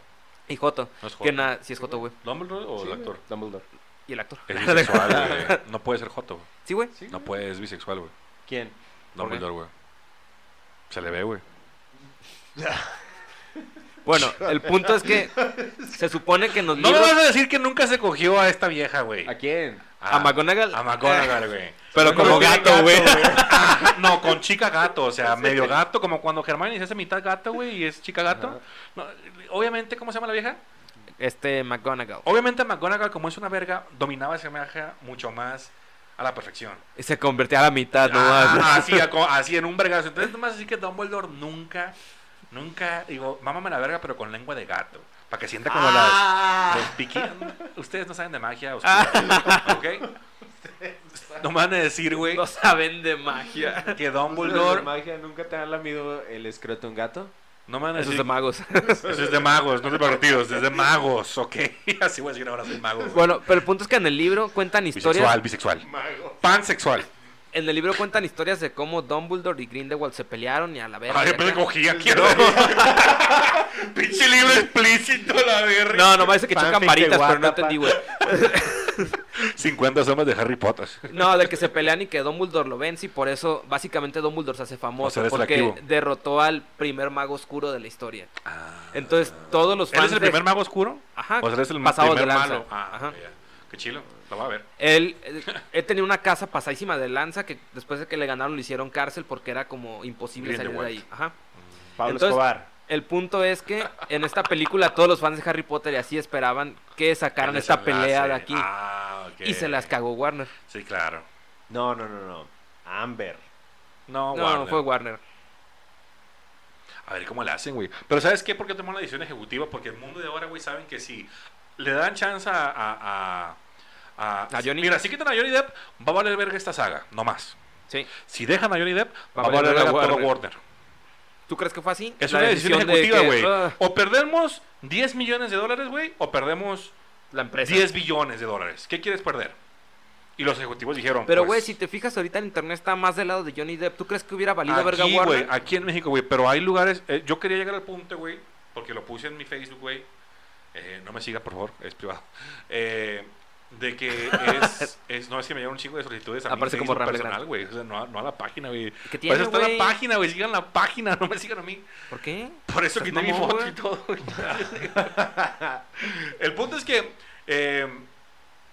Speaker 1: Y Joto,
Speaker 3: No es joven.
Speaker 1: que en la... Sí es Joto, güey.
Speaker 3: ¿Dumbledore o el <laughs> actor?
Speaker 2: Dumbledore.
Speaker 1: Y el actor.
Speaker 3: Es bisexual, güey. No puede ser Joto, güey.
Speaker 1: <laughs> sí, güey.
Speaker 2: Sí,
Speaker 3: No
Speaker 2: güey.
Speaker 3: puede, es bisexual, güey.
Speaker 2: ¿Quién?
Speaker 1: ¿Por qué?
Speaker 3: Dumbledore, güey. Se le ve, güey.
Speaker 1: Bueno, el punto es que se supone que en los
Speaker 3: No me
Speaker 1: libros...
Speaker 3: vas a decir que nunca se cogió a esta vieja, güey.
Speaker 2: ¿A quién?
Speaker 1: A McGonagall.
Speaker 3: A eh. McGonagall, güey.
Speaker 1: Pero como
Speaker 2: tiene
Speaker 1: gato, güey.
Speaker 3: <laughs> No, con chica gato, o sea, medio gato, como cuando Germán se hace mitad gato, güey, y es chica gato. No, obviamente, ¿cómo se llama la vieja?
Speaker 1: Este McGonagall.
Speaker 3: Obviamente McGonagall, como es una verga, dominaba ese magia mucho más a la perfección.
Speaker 1: Y se convirtió a la mitad, ¿no?
Speaker 3: Ah, así, a co- así en un vergazo. Entonces, nomás así que Dumbledore nunca, nunca, digo, mámame la verga, pero con lengua de gato. Para que sienta como
Speaker 1: Ah.
Speaker 3: las, los piqui- Ustedes no saben
Speaker 1: <laughs>
Speaker 3: de magia oscura. ¿Ok? No me van a decir, güey,
Speaker 1: No saben de magia.
Speaker 3: que
Speaker 2: Dumbledore.
Speaker 3: Dumbledore.
Speaker 2: magia nunca te ha lamido el escroto un gato?
Speaker 3: No me van a
Speaker 1: Eso
Speaker 3: decir.
Speaker 1: es de magos. <laughs>
Speaker 3: Eso es de magos, no es de partidos, es de magos, ok. <laughs> Así voy a decir ahora, soy mago. güey.
Speaker 1: bueno, pero el punto es que en el libro cuentan historias.
Speaker 3: bisexual, bisexual.
Speaker 2: Mago.
Speaker 3: Pansexual.
Speaker 1: En el libro cuentan historias de cómo Dumbledore y Grindelwald se pelearon y a la verga.
Speaker 3: Ay,
Speaker 1: y
Speaker 3: yo pensé
Speaker 1: acá.
Speaker 3: que cogía, quiero. <laughs> Pinche libro explícito, la verga.
Speaker 1: no, no, parece que
Speaker 2: Fanfic
Speaker 1: chocan
Speaker 2: de
Speaker 1: varitas, pero no
Speaker 2: Wattpad.
Speaker 1: entendí, güey.
Speaker 3: 50 sombras de Harry Potter.
Speaker 1: <laughs> No, de que se pelean y que Dumbledore lo vence y por eso básicamente Dumbledore se hace famoso
Speaker 3: O sea, es el
Speaker 1: porque
Speaker 3: activo.
Speaker 1: derrotó al primer mago oscuro de la historia. Ah. Entonces todos los
Speaker 3: ¿Él
Speaker 1: fans
Speaker 3: es el
Speaker 1: de-
Speaker 3: primer mago oscuro?
Speaker 1: Ajá,
Speaker 3: ¿O sea, eres el
Speaker 1: pasado
Speaker 3: primer
Speaker 1: de lanza.
Speaker 3: malo? Ah,
Speaker 1: Ajá.
Speaker 3: ya. Qué chilo, lo va a ver.
Speaker 1: Él, eh, él tenía una casa pasadísima de lanza que después de que le ganaron le hicieron cárcel porque era como imposible salir de
Speaker 3: Grindelwald.
Speaker 1: ahí. Ajá.
Speaker 2: Pablo
Speaker 1: Entonces-
Speaker 2: Escobar.
Speaker 1: El punto es que en esta película todos los fans de Harry Potter y así esperaban que sacaran esta pelea de aquí
Speaker 3: Ah, ok.
Speaker 1: y se las cagó Warner.
Speaker 3: Sí, claro.
Speaker 2: No, no, no, no. Amber.
Speaker 3: No,
Speaker 1: No,
Speaker 3: Warner.
Speaker 1: fue Warner.
Speaker 3: A ver cómo la hacen, güey. Pero ¿sabes qué? ¿Por qué tomó la decisión ejecutiva? Porque el mundo de ahora, güey, saben que si le dan chance a... a, a- a-
Speaker 1: A Johnny.
Speaker 3: Mira, si quitan a Johnny Depp, va a valer verga esta saga, no más.
Speaker 1: Sí.
Speaker 3: Si dejan a Johnny Depp, va, a valer verga todo Warner.
Speaker 1: ¿Tú crees que fue así?
Speaker 3: Es
Speaker 1: La
Speaker 3: una decisión
Speaker 1: de
Speaker 3: ejecutiva,
Speaker 1: que,
Speaker 3: güey.
Speaker 1: ah,
Speaker 3: O perdemos 10 millones de dólares, güey, o perdemos
Speaker 1: la empresa.
Speaker 3: 10 billones de dólares. ¿Qué quieres perder? Y los ejecutivos dijeron.
Speaker 1: Pero, güey,
Speaker 3: pues,
Speaker 1: si te fijas ahorita el internet está más del lado de Johnny Depp. ¿Tú crees que hubiera valido verga
Speaker 3: aquí, güey,
Speaker 1: Warner?
Speaker 3: aquí en México, güey, pero hay lugares. eh, yo quería llegar al punto, güey, porque lo puse en mi Facebook, güey. eh, no me siga, por favor, es privado. Eh, de que
Speaker 1: <laughs>
Speaker 3: es, es- No, es que me llegan un chingo de solicitudes a mí en
Speaker 1: Aparece como
Speaker 3: Facebook
Speaker 1: Ramble
Speaker 3: personal, güey. O sea, no, a- no a la página,
Speaker 1: ¿Qué
Speaker 3: güey. Para
Speaker 1: tiene,
Speaker 3: eso está
Speaker 1: güey?
Speaker 3: la página, güey. Sigan la página, <laughs> no me sigan a mí.
Speaker 1: ¿Por qué?
Speaker 3: Por eso
Speaker 1: Estás
Speaker 3: quité mi
Speaker 1: mamón,
Speaker 3: foto
Speaker 1: güey.
Speaker 3: y todo. güey. el punto es que eh,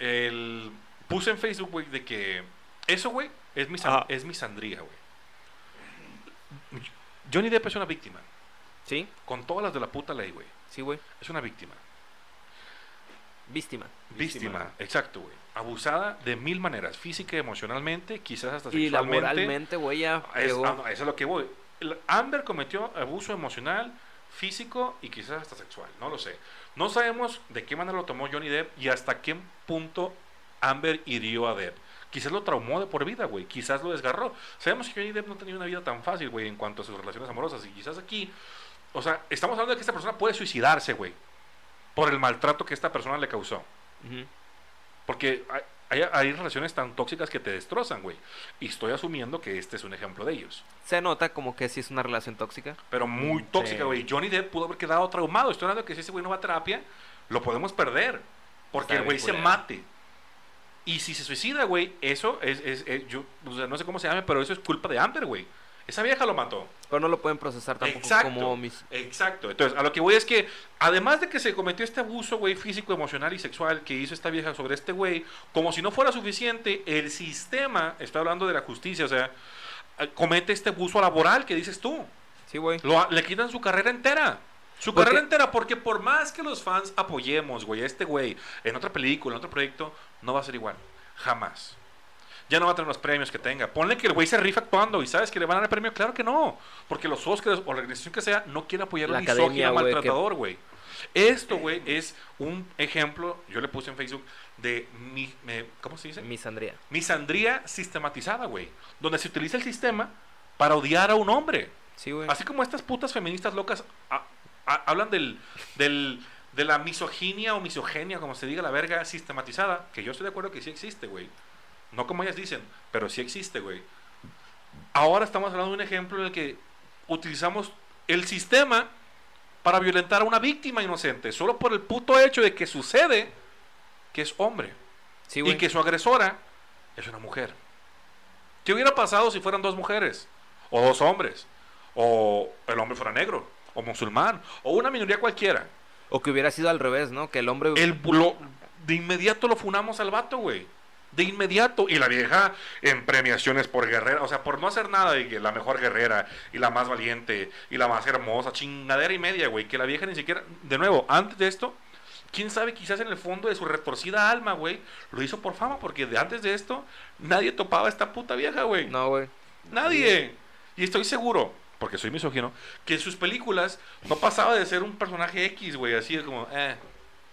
Speaker 3: el- puse en Facebook, güey, de que eso, güey, es, mi san-
Speaker 1: Ajá.
Speaker 3: es mi sandría, güey. Johnny Depp es una víctima.
Speaker 1: Sí,
Speaker 3: Con todas las de la puta ley, güey.
Speaker 1: sí, güey.
Speaker 3: Es una víctima.
Speaker 1: Víctima.
Speaker 3: Víctima,
Speaker 2: Víctima.
Speaker 3: exacto, güey. Abusada de mil maneras, física, emocionalmente, quizás hasta
Speaker 1: Y
Speaker 3: sexualmente.
Speaker 1: laboralmente, güey, ya
Speaker 3: Ah, es-
Speaker 1: pegó.
Speaker 3: ah, no, eso es lo que voy. El- Amber cometió abuso emocional, físico y quizás hasta sexual, no lo sé. No sabemos de qué manera lo tomó Johnny Depp y hasta qué punto Amber hirió a Depp. Quizás lo traumó de por vida, güey. Quizás lo desgarró. Sabemos que Johnny Depp no tenía una vida tan fácil, güey, en cuanto a sus relaciones amorosas. Y quizás aquí, o sea, estamos hablando de que esta persona puede suicidarse, güey, por el maltrato que esta persona le causó.
Speaker 1: Ujú.
Speaker 3: Porque hay- hay- hay relaciones tan tóxicas que te destrozan, güey. Y estoy asumiendo que este es un ejemplo de ellos.
Speaker 1: Se nota como que sí es una relación tóxica.
Speaker 3: pero muy
Speaker 2: Mm,
Speaker 3: tóxica,
Speaker 2: sí.
Speaker 3: güey. Johnny Depp pudo haber quedado traumado. Estoy hablando de que si ese güey no va a terapia, lo podemos perder. Porque
Speaker 2: Está
Speaker 3: el güey
Speaker 2: bien
Speaker 3: se
Speaker 2: culero.
Speaker 3: mate. Y si se suicida, güey, eso es, es- es- yo o sea, no sé cómo se llame, pero eso es culpa de Amber, güey. Esa vieja lo mató.
Speaker 1: Pero no lo pueden procesar tampoco
Speaker 3: Exacto.
Speaker 1: como mis...
Speaker 3: Exacto. Entonces, a lo que voy es que, además de que se cometió este abuso, güey, físico, emocional y sexual que hizo esta vieja sobre este güey, como si no fuera suficiente, el sistema, está hablando de la justicia, o sea, eh, comete este abuso laboral que dices tú.
Speaker 1: Sí, güey.
Speaker 3: Lo- le quitan su carrera entera. Su
Speaker 1: Porque-
Speaker 3: carrera entera, porque por más que los fans apoyemos, güey, a este güey, en otra película, en otro proyecto, no va a ser igual. Jamás. Ya no va a tener los premios que tenga. Ponle que el güey se rifa actuando y sabes que le van a dar el premio. Claro que no. Porque los Oscars o la organización que sea no quiere apoyar
Speaker 1: La
Speaker 3: al
Speaker 1: academia,
Speaker 3: misógino
Speaker 1: güey, que- Eh.
Speaker 3: maltratador, güey. Esto, güey, es un ejemplo, yo le puse en Facebook, de mi, me- ¿cómo se dice?
Speaker 1: Misandría.
Speaker 3: Misandría sistematizada, güey. Donde se utiliza el sistema para odiar a un hombre.
Speaker 1: Sí, güey.
Speaker 3: Así como estas putas feministas locas a- a- hablan del, del- de la misoginia o misogenia, como se diga la verga, sistematizada, que yo estoy de acuerdo que sí existe, güey. No como ellas dicen, pero sí existe, güey. Ahora estamos hablando de un ejemplo en el que utilizamos el sistema para violentar a una víctima inocente, solo por el puto hecho de que sucede que es hombre
Speaker 1: Sí,
Speaker 3: y
Speaker 1: güey.
Speaker 3: que su agresora es una mujer. ¿Qué hubiera pasado si fueran dos mujeres? O dos hombres. O el hombre fuera negro. O musulmán. O una minoría cualquiera.
Speaker 1: O que hubiera sido al revés, ¿no? Que el hombre...
Speaker 3: El, bu- lo- de inmediato lo funamos al vato, güey. De inmediato. Y la vieja en premiaciones por guerrera. O sea, por no hacer nada de que la mejor guerrera y la más valiente y la más hermosa. Chingadera y media, güey. Que la vieja ni siquiera... De nuevo, antes de esto... Quién sabe, quizás en el fondo de su retorcida alma, güey, lo hizo por fama, porque de antes de esto nadie topaba a esta puta vieja, güey.
Speaker 1: No, güey.
Speaker 3: Nadie. Y estoy seguro, porque soy misógino, que en sus películas no pasaba de ser un personaje X, güey, así de como, eh.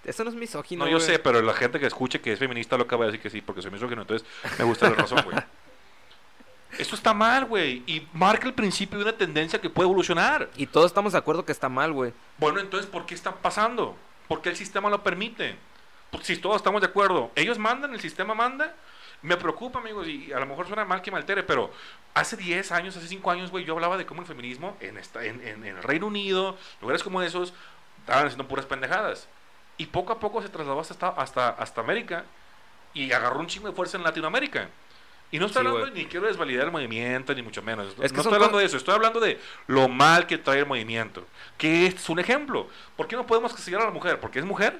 Speaker 1: Eso no es misógino,
Speaker 3: No, yo
Speaker 1: güey.
Speaker 3: sé, pero la gente que escuche que es feminista loca va a decir que sí, porque soy misógino, entonces me gusta la razón, güey. Esto está mal, güey. Y marca el principio de una tendencia que puede evolucionar.
Speaker 1: Y todos estamos de acuerdo que está mal, güey.
Speaker 3: Bueno, entonces, ¿por qué está pasando? ¿Por qué el sistema lo permite? Pues si todos estamos de acuerdo, ellos mandan, el sistema manda. Me preocupa, amigos, y a lo mejor suena mal que me altere, pero hace 10 años, hace 5 años, güey, yo hablaba de cómo el feminismo en, esta, en, en- en el Reino Unido, lugares como esos, estaban haciendo puras pendejadas. Y poco a poco se trasladó hasta, hasta, hasta América y agarró un chingo de fuerza en Latinoamérica. Y no estoy
Speaker 1: Sí,
Speaker 3: hablando,
Speaker 1: güey.
Speaker 3: ni quiero desvalidar el movimiento, ni mucho menos.
Speaker 1: Es que
Speaker 3: no
Speaker 1: son
Speaker 3: estoy hablando
Speaker 1: co-
Speaker 3: de eso, estoy hablando de lo mal que trae el movimiento. Que este es un ejemplo. ¿Por qué no podemos castigar a la mujer? ¿Porque es mujer?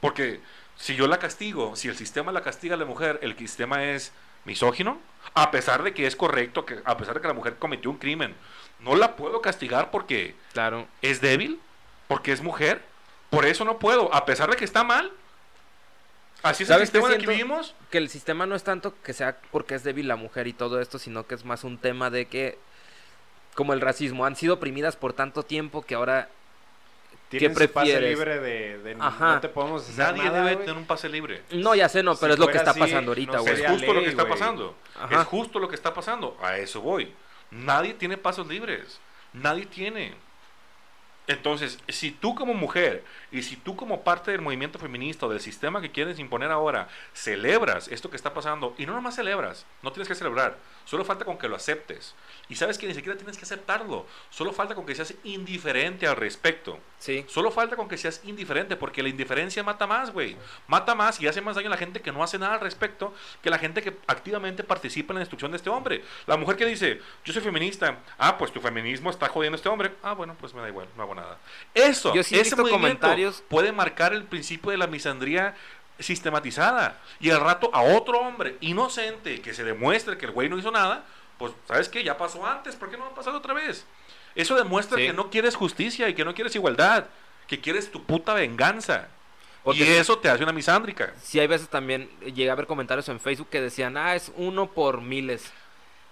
Speaker 3: Porque si yo la castigo, si el sistema la castiga a la mujer, el sistema es misógino, a pesar de que es correcto, que a pesar de que la mujer cometió un crimen, no la puedo castigar porque
Speaker 1: Claro.
Speaker 3: es débil, porque es mujer, por eso no puedo, a pesar de que está mal. Así es el
Speaker 1: ¿Sabes qué
Speaker 3: sistema en el que
Speaker 1: siento?
Speaker 3: vivimos.
Speaker 1: Que el sistema no es tanto que sea porque es débil la mujer y todo esto, sino que es más un tema de que, como el racismo, han sido oprimidas por tanto tiempo que ahora
Speaker 2: Tienen su pase
Speaker 1: prefieres?
Speaker 2: libre de, de
Speaker 1: Ajá.
Speaker 2: no te podemos hacer
Speaker 3: Nadie
Speaker 2: nada,
Speaker 3: debe
Speaker 2: güey.
Speaker 3: tener un pase libre.
Speaker 1: No, ya sé, no,
Speaker 2: Si
Speaker 1: pero es lo que está
Speaker 2: fuera así,
Speaker 1: pasando ahorita,
Speaker 2: no
Speaker 1: güey.
Speaker 3: es
Speaker 2: sería
Speaker 3: justo lo
Speaker 2: ley,
Speaker 3: que está
Speaker 2: güey.
Speaker 3: pasando.
Speaker 1: Ajá.
Speaker 3: Es justo lo que está pasando. A eso voy. Nadie tiene pasos libres. Nadie tiene. Entonces, si tú como mujer y si tú como parte del movimiento feminista o del sistema que quieres imponer ahora, celebras esto que está pasando, y no nomás celebras, no tienes que celebrar, solo falta con que lo aceptes. Y sabes que ni siquiera tienes que aceptarlo, solo falta con que seas indiferente al respecto.
Speaker 1: Sí.
Speaker 3: Solo falta con que seas indiferente, porque la indiferencia mata más, güey. Mata más y hace más daño a la gente que no hace nada al respecto que la gente que activamente participa en la destrucción de este hombre. La mujer que dice, yo soy feminista, ah, pues tu feminismo está jodiendo a este hombre, ah, bueno, pues me da igual, no hago nada. Eso,
Speaker 1: Yo sí he
Speaker 3: ese
Speaker 1: visto
Speaker 3: movimiento
Speaker 1: comentarios-
Speaker 3: puede marcar el principio de la misandría sistematizada y al rato a otro hombre inocente que se demuestre que el güey no hizo nada, pues, ¿sabes qué? Ya pasó antes, ¿por qué no va a pasar otra vez? Eso demuestra
Speaker 1: Sí.
Speaker 3: que no quieres justicia y que no quieres igualdad, que quieres tu puta venganza.
Speaker 1: Porque-
Speaker 3: Y eso te hace una misándrica.
Speaker 1: Sí, hay veces también eh, llegué a ver comentarios en Facebook que decían, ah, es uno por miles.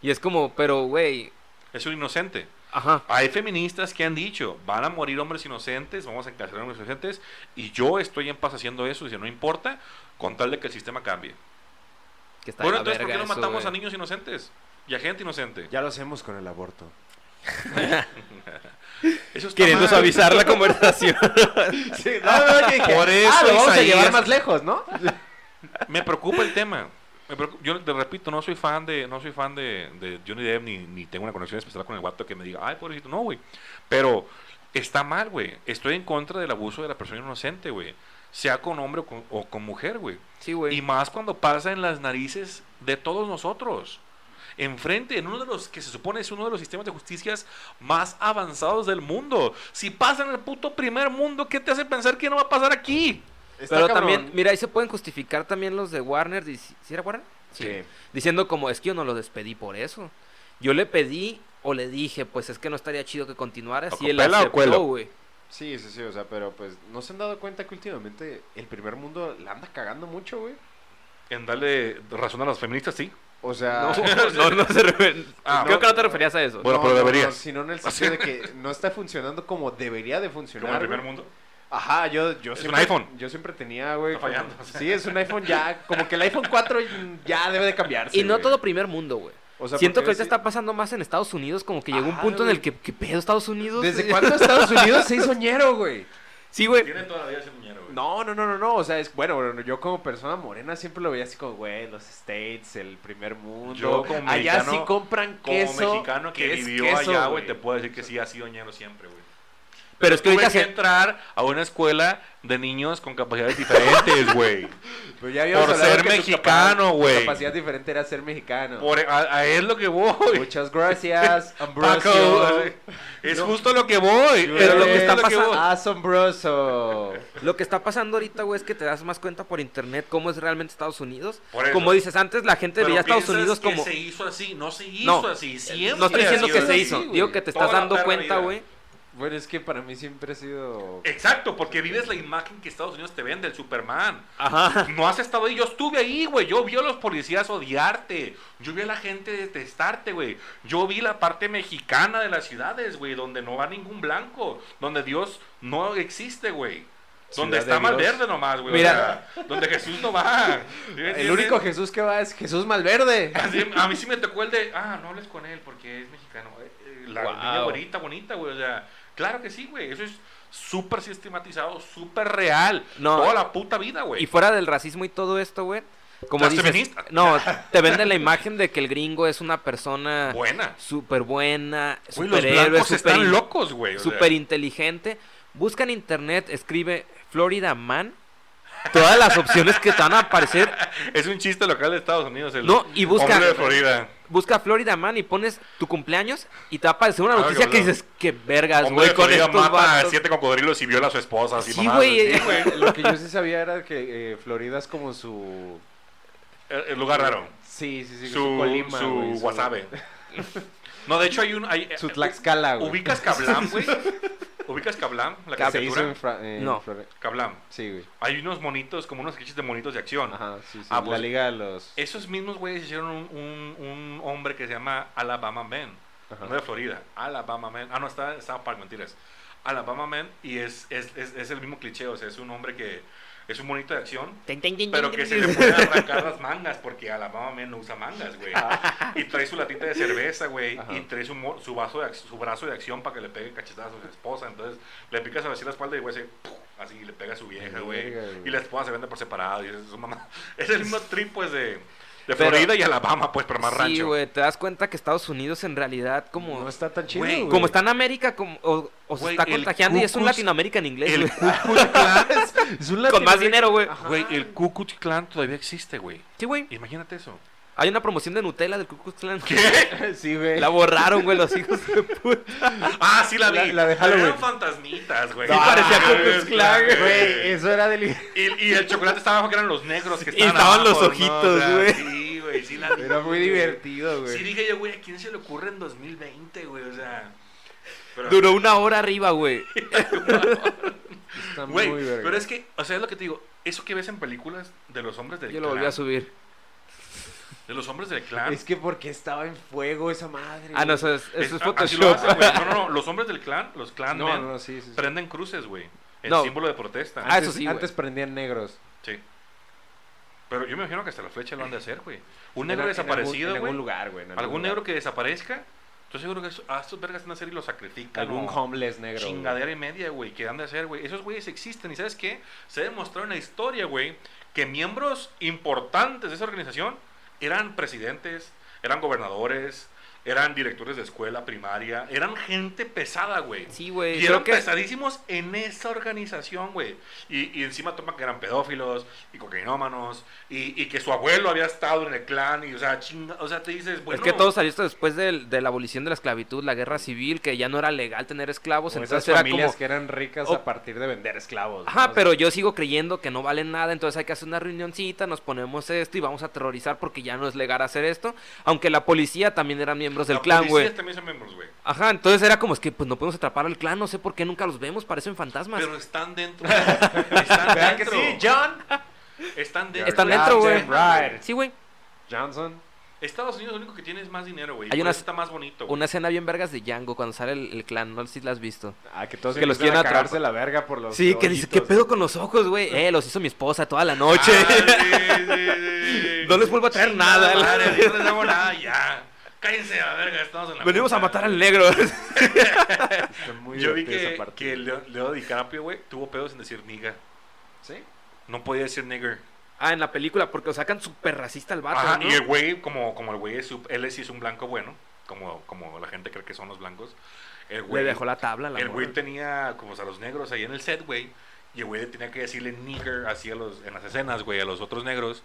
Speaker 1: Y es como, pero, güey,
Speaker 3: Es un inocente.
Speaker 1: ajá.
Speaker 3: Hay feministas que han dicho, van a morir hombres inocentes, vamos a encarcelar hombres inocentes, y yo estoy en paz haciendo eso, si no importa, con tal de que el sistema cambie.
Speaker 1: Que está de
Speaker 3: Bueno,
Speaker 1: la
Speaker 3: entonces, ¿por qué
Speaker 1: verga
Speaker 3: no
Speaker 1: eso,
Speaker 3: matamos
Speaker 1: güey.
Speaker 3: a niños inocentes? Y a gente inocente.
Speaker 2: Ya lo hacemos con el aborto.
Speaker 3: Eso está
Speaker 1: Queriendo
Speaker 3: mal.
Speaker 1: suavizar la conversación.
Speaker 2: Sí, no, no, <laughs> yo dije,
Speaker 3: Por eso,
Speaker 2: ah, lo vamos a
Speaker 3: Isaías.
Speaker 2: llevar más lejos, ¿no?
Speaker 3: Me preocupa el tema. Me preocu- Yo te repito, no soy fan de, no soy fan de, de Johnny Depp ni, ni tengo una conexión especial con el guato que me diga, ay, pobrecito, no, güey. Pero está mal, güey. Estoy en contra del abuso de la persona inocente, güey. Sea con hombre o con, o con mujer, güey.
Speaker 1: Sí, güey.
Speaker 3: Y más cuando pasa en las narices de todos nosotros. Enfrente, en uno de los que se supone es uno de los sistemas de justicias más avanzados del mundo. Si pasa en el puto primer mundo, ¿qué te hace pensar que no va a pasar aquí?
Speaker 2: Está
Speaker 1: Pero
Speaker 2: cabrón.
Speaker 1: también, mira, ahí se pueden justificar también los de Warner. dic- ¿Sí era Warner?
Speaker 2: Sí.
Speaker 1: Diciendo como, es que yo no lo despedí por eso. Yo le pedí o le dije, pues es que no estaría chido que continuara.
Speaker 3: ¿O
Speaker 1: Si él
Speaker 3: copela o cuelo?
Speaker 1: aceptó, güey.
Speaker 2: Sí, sí, sí, o sea, pero pues no se han dado cuenta que últimamente el primer mundo la anda cagando mucho, güey.
Speaker 3: En darle razón a las feministas, sí.
Speaker 2: O sea,
Speaker 1: No, <laughs>
Speaker 2: <laughs>
Speaker 1: no, no se refer-
Speaker 3: Ah,
Speaker 1: Creo
Speaker 2: no.
Speaker 1: que no te referías a eso.
Speaker 3: Bueno, pero deberías.
Speaker 2: sino en el sentido de que no está funcionando como debería de funcionar.
Speaker 3: Como el primer
Speaker 2: güey.
Speaker 3: mundo.
Speaker 2: Ajá, yo, yo
Speaker 3: Es
Speaker 2: siempre.
Speaker 3: un iPhone.
Speaker 2: Yo siempre tenía, güey.
Speaker 3: Está fallando,
Speaker 2: como-
Speaker 3: o sea.
Speaker 2: Sí, es un iPhone ya. Como que el iPhone 4 ya debe de cambiarse.
Speaker 1: y no
Speaker 2: güey.
Speaker 1: todo primer mundo, güey.
Speaker 2: O sea,
Speaker 1: Siento
Speaker 2: porque
Speaker 1: que ahorita
Speaker 2: sí-
Speaker 1: está pasando más en Estados Unidos, como que llegó un
Speaker 3: Ah,
Speaker 2: Ajá,
Speaker 1: punto en el
Speaker 2: güey.
Speaker 1: que, ¿qué pedo Estados Unidos? <laughs>
Speaker 2: ¿Desde cuándo Estados Unidos se hizo ñero, güey?
Speaker 1: Sí, güey.
Speaker 3: Tiene todavía ese muñero, güey.
Speaker 2: No, no, no, no, no. O sea, es bueno, bueno, yo como persona morena siempre lo veía así como, güey, los States, el primer mundo.
Speaker 3: Yo como
Speaker 2: allá
Speaker 3: mexicano-
Speaker 2: sí compran
Speaker 3: Como
Speaker 2: queso.
Speaker 3: mexicano que
Speaker 2: ¿qué es
Speaker 3: vivió
Speaker 2: queso,
Speaker 3: allá, güey, te puedo decir que sí ha sido ñero siempre, güey.
Speaker 1: Pero es que
Speaker 3: Tuve
Speaker 1: ahorita
Speaker 3: que
Speaker 1: se...
Speaker 3: entrar a una escuela de niños con
Speaker 1: <laughs>
Speaker 3: capacidades diferentes, güey.
Speaker 2: Pero ya habíamos
Speaker 3: Por
Speaker 2: hablado
Speaker 3: ser
Speaker 2: que tu
Speaker 3: mexicano,
Speaker 2: capacidad- tu
Speaker 3: güey.
Speaker 2: capacidad diferente era ser mexicano.
Speaker 3: Por, a, a es lo que voy.
Speaker 2: Muchas <laughs> gracias,
Speaker 3: <laughs> Paco,
Speaker 2: Ambrosio.
Speaker 3: es
Speaker 2: No.
Speaker 3: justo lo que voy.
Speaker 2: Yo
Speaker 3: es lo que
Speaker 2: eres
Speaker 3: está pasando.
Speaker 1: Ah,
Speaker 2: Ah, Asombroso.
Speaker 1: Lo que está pasando ahorita, güey, es que te das más cuenta por internet cómo es realmente Estados Unidos.
Speaker 3: Por eso.
Speaker 1: Como dices, antes la gente veía a Estados Unidos como...
Speaker 3: se hizo así, no se hizo
Speaker 1: No,
Speaker 3: así. Siempre
Speaker 1: no estoy
Speaker 3: ha
Speaker 1: diciendo
Speaker 3: sido
Speaker 1: que se
Speaker 2: así,
Speaker 1: hizo,
Speaker 2: güey.
Speaker 1: digo que te
Speaker 3: Toda
Speaker 1: estás
Speaker 3: la
Speaker 1: dando
Speaker 3: perra
Speaker 1: cuenta,
Speaker 3: vida.
Speaker 1: güey.
Speaker 2: Bueno, es que para mí siempre ha sido.
Speaker 3: Exacto, porque vives la imagen que Estados Unidos te vende, el Superman.
Speaker 1: Ajá.
Speaker 3: No has estado ahí, yo estuve ahí, güey. Yo vi a los policías odiarte. Yo vi a la gente detestarte, güey. Yo vi la parte mexicana de las ciudades, güey, donde no va ningún blanco, donde Dios no existe, güey. Donde
Speaker 2: Ciudad
Speaker 3: está
Speaker 2: de Dios.
Speaker 3: Malverde nomás, güey. o
Speaker 1: Mira.
Speaker 3: sea, donde Jesús no va. ¿Sí me
Speaker 2: El
Speaker 3: entiendes?
Speaker 2: único Jesús que va es Jesús Malverde.
Speaker 3: Así, a mí sí me tocó el de, ah, no hables con él porque es mexicano. Eh, eh, La
Speaker 2: Wow.
Speaker 3: niña bonita, bonita, güey. O sea, claro que sí, güey. Eso es súper sistematizado, súper real.
Speaker 1: No.
Speaker 3: Toda la puta vida, güey.
Speaker 1: Y fuera del racismo y todo esto, güey. Como
Speaker 3: Las
Speaker 1: dices,
Speaker 3: feministas. <laughs>
Speaker 1: no, te venden la imagen de que el gringo es una persona
Speaker 3: Buena.
Speaker 1: súper buena,
Speaker 3: Güey, los
Speaker 1: superhéroe,
Speaker 3: blancos
Speaker 1: súper
Speaker 3: están
Speaker 1: in-
Speaker 3: locos, güey. o sea.
Speaker 1: súper inteligente. Busca en internet, escribe Florida Man. Todas las opciones que te van a aparecer.
Speaker 3: Es un chiste local de Estados Unidos. El
Speaker 1: No, y busca-
Speaker 3: hombre de Florida.
Speaker 1: Busca Florida Man y pones tu cumpleaños y te va a aparecer una
Speaker 3: Ah,
Speaker 1: noticia
Speaker 3: qué
Speaker 1: que
Speaker 3: bueno.
Speaker 1: dices, qué vergas,
Speaker 3: Hombre
Speaker 1: güey,
Speaker 3: de
Speaker 1: con
Speaker 3: Florida
Speaker 1: estos
Speaker 3: mata a
Speaker 1: vatos".
Speaker 3: siete cocodrilos y viola a su esposa. Así,
Speaker 1: Sí,
Speaker 3: mamadas,
Speaker 1: güey.
Speaker 3: sí,
Speaker 2: <laughs>
Speaker 3: güey.
Speaker 2: Lo que yo sí sabía era que eh, Florida es como su.
Speaker 3: El- el lugar raro.
Speaker 2: Sí, sí, sí.
Speaker 3: su,
Speaker 2: Colima,
Speaker 3: su
Speaker 2: güey, <laughs>
Speaker 3: wasabe. No, de hecho hay un... Hay,
Speaker 2: Su Tlaxcala, güey.
Speaker 3: ¿Ubicas Cablam,
Speaker 2: <laughs>
Speaker 3: güey? ¿Ubicas Cablam? La
Speaker 2: Que se hizo
Speaker 3: caricatura.
Speaker 2: en, Fra- en
Speaker 1: No.
Speaker 2: Florida.
Speaker 3: Cablam.
Speaker 2: Sí, güey.
Speaker 3: Hay unos monitos, como unos sketches de monitos de acción.
Speaker 2: Ajá, sí, sí.
Speaker 3: Ah,
Speaker 2: la
Speaker 3: pues-
Speaker 2: liga de los.
Speaker 3: Esos mismos güeyes hicieron un, un- un hombre que se llama Alabama Man.
Speaker 2: Ajá.
Speaker 3: No de Florida. Alabama Man. Ah, no, está en South Park, mentiras. Alabama Man y es, es, es, es el mismo cliché. O sea, es un hombre que... Es un monito de acción,
Speaker 1: Tin, tin, tin,
Speaker 3: Pero
Speaker 1: tin,
Speaker 3: que se
Speaker 1: tin,
Speaker 3: le
Speaker 1: tin.
Speaker 3: pueden arrancar las mangas, porque a la mamá mía no usa mangas, güey. Y trae su latita de cerveza, güey.
Speaker 2: Ajá.
Speaker 3: Y trae su, mo- su, vaso de, ac- su brazo de acción para que le pegue cachetadas a su esposa. Entonces le picas así la espalda y, güey, se- ¡pum! así le pega a su vieja, güey.
Speaker 2: Verga, güey.
Speaker 3: Y la esposa se vende por separado. Y es, su mamá. <laughs> es el mismo trip, pues, de, de
Speaker 1: Pero-
Speaker 3: Florida y Alabama, pues, pero más
Speaker 1: Sí,
Speaker 3: rancho.
Speaker 1: güey, te das cuenta que Estados Unidos en realidad como...
Speaker 2: No está tan chido,
Speaker 3: Güey,
Speaker 2: güey.
Speaker 1: Como está en América, como, o, o se
Speaker 3: Güey,
Speaker 1: está
Speaker 3: el
Speaker 1: contagiando y es un
Speaker 3: Ku Klux-
Speaker 1: Latinoamérica en inglés,
Speaker 3: El
Speaker 1: güey.
Speaker 3: Ku Klux
Speaker 1: <laughs>
Speaker 3: Klan.
Speaker 2: Es un
Speaker 1: Con más
Speaker 2: Latinoamérica-
Speaker 1: dinero, güey.
Speaker 2: Ajá.
Speaker 3: Güey, el Ku Klux Klan todavía existe, güey.
Speaker 1: Sí, güey.
Speaker 3: Imagínate eso.
Speaker 1: Hay una promoción de Nutella del Ku Klux Klan.
Speaker 2: <laughs> Sí, güey.
Speaker 1: <laughs> La borraron, güey, los
Speaker 3: <laughs>
Speaker 1: hijos de puta.
Speaker 3: Ah, sí la vi.
Speaker 2: La- la de Halloween.
Speaker 3: Eran fantasmitas, güey.
Speaker 1: Sí, parecía
Speaker 3: Ah,
Speaker 1: Ku Klux
Speaker 3: güey,
Speaker 1: Klan,
Speaker 2: <laughs> Güey, eso era del.
Speaker 3: Y, y el chocolate estaba abajo, que eran los negros que
Speaker 1: Y
Speaker 3: estaban
Speaker 1: estaban los
Speaker 3: abajo,
Speaker 1: ojitos,
Speaker 3: sea,
Speaker 1: güey.
Speaker 3: sí, güey, sí la vi,
Speaker 2: Era muy
Speaker 3: güey.
Speaker 2: divertido,
Speaker 3: Sí
Speaker 2: güey.
Speaker 3: dije yo, güey, ¿a quién se le ocurre en 2020, güey? O sea... Pero,
Speaker 1: Duró una hora arriba, güey.
Speaker 2: Está
Speaker 3: güey,
Speaker 2: muy verga.
Speaker 3: pero es que, o sea, es lo que te digo. Eso que ves en películas de los hombres del
Speaker 1: Yo lo
Speaker 3: clan.
Speaker 1: volví a subir.
Speaker 3: De los hombres del clan.
Speaker 2: Es que porque estaba en fuego esa madre.
Speaker 1: Ah, no,
Speaker 2: güey.
Speaker 1: eso es, eso es
Speaker 3: es- a- así lo
Speaker 1: Photoshop.
Speaker 3: hacen, güey. No, no, no. Los hombres del clan, los clan
Speaker 2: No,
Speaker 3: men,
Speaker 2: no, sí, sí. sí.
Speaker 3: prenden cruces, güey. El
Speaker 1: No.
Speaker 3: símbolo de protesta.
Speaker 1: Ah, eso
Speaker 2: Antes-
Speaker 1: sí, güey.
Speaker 2: Antes prendían negros.
Speaker 3: Sí. Pero yo me imagino que hasta la flecha lo han de hacer, güey. Un
Speaker 2: En-
Speaker 3: negro
Speaker 2: en
Speaker 3: desaparecido,
Speaker 2: algún- En
Speaker 3: güey.
Speaker 2: algún lugar, güey. en
Speaker 3: Algún,
Speaker 2: lugar.
Speaker 3: negro que desaparezca. Estoy seguro que eso- a estos vergas van a hacer y lo sacrifican.
Speaker 2: Algún
Speaker 3: o
Speaker 2: homeless negro. güey.
Speaker 3: Chingadera y media, güey. Que han de hacer, güey. Esos güeyes existen. ¿Y sabes qué? Se ha demostrado en la historia, güey, que miembros importantes de esa organización eran presidentes, eran gobernadores, eran directores de escuela primaria, eran gente pesada, güey.
Speaker 1: Sí, güey.
Speaker 3: Y
Speaker 1: Eh, Creo
Speaker 3: eran
Speaker 1: que
Speaker 3: pesadísimos en esa organización, güey. Y, y encima toman que eran pedófilos y cocainómanos y, y que su abuelo había estado en el clan y, o sea, chinga, o sea, te dices,
Speaker 1: es
Speaker 3: bueno...
Speaker 1: que todo salió esto después del- de, la abolición de la esclavitud, la guerra civil, que ya no era legal tener esclavos.
Speaker 2: Como esas
Speaker 1: entonces era
Speaker 2: familias
Speaker 1: como.
Speaker 2: que eran ricas
Speaker 1: Oh.
Speaker 2: a partir de vender esclavos.
Speaker 1: Ajá,
Speaker 2: ¿no?
Speaker 1: pero yo sigo creyendo que no valen nada, entonces hay que hacer una reunioncita, nos ponemos esto y vamos a aterrorizar porque ya no es legal hacer esto. Aunque la policía también eran miembros del
Speaker 3: la
Speaker 1: clan,
Speaker 3: policía
Speaker 1: güey.
Speaker 3: también son miembros, güey.
Speaker 1: Ajá, entonces era como es que pues no podemos atrapar al clan, no sé por qué nunca los vemos, parecen fantasmas.
Speaker 3: Pero
Speaker 2: <laughs>
Speaker 3: están dentro. están
Speaker 2: ¿Verdad que
Speaker 3: dentro.
Speaker 2: sí, John?
Speaker 3: Están dentro.
Speaker 1: Están
Speaker 3: güey.
Speaker 1: dentro, güey.
Speaker 2: Goddamn right.
Speaker 1: Sí, güey.
Speaker 2: Johnson.
Speaker 3: Estados Unidos lo único que tiene es más dinero, güey.
Speaker 1: Hay
Speaker 3: Hay
Speaker 1: una-
Speaker 3: una... está más bonito, güey.
Speaker 1: Una escena bien vergas de Django cuando sale el, el clan, no sé si la has visto.
Speaker 2: Ah, que todos
Speaker 1: Que los
Speaker 2: empiezan
Speaker 1: quieren
Speaker 2: a cagarse
Speaker 1: atrapar.
Speaker 2: la verga por los
Speaker 1: Sí, que dice, ¿qué
Speaker 2: hoyitos,
Speaker 1: pedo con los ojos, güey? Eh, los hizo mi esposa toda la
Speaker 3: Ah,
Speaker 1: noche. <laughs>
Speaker 3: sí, sí, sí.
Speaker 1: No les vuelvo a traer nada,
Speaker 3: Chingada
Speaker 1: la-
Speaker 3: madre, yo no les hago nada, ya. Cállense, a la verga, estamos en la
Speaker 1: Venimos a
Speaker 3: puta.
Speaker 1: matar al negro.
Speaker 2: Está muy
Speaker 3: Yo vi
Speaker 2: divertida esa
Speaker 3: que,
Speaker 2: parte.
Speaker 3: que Leo, Leo DiCaprio, güey, tuvo pedos en decir niga.
Speaker 2: ¿Sí? <laughs>
Speaker 3: No podía decir nigger.
Speaker 1: <laughs> ah, en la película, porque lo sacan súper racista al vato,
Speaker 3: Ajá,
Speaker 1: ¿no?
Speaker 3: y el güey, como, como el güey es, su- él sí es un blanco bueno, como, como la gente cree que son los blancos.
Speaker 1: Le
Speaker 3: El güey,
Speaker 1: dejó la tabla a la
Speaker 3: el
Speaker 1: morra.
Speaker 3: güey tenía como o sea, los negros ahí en el set, güey. Y el güey tenía que decirle nigger así a los, en las escenas, güey, a los otros negros.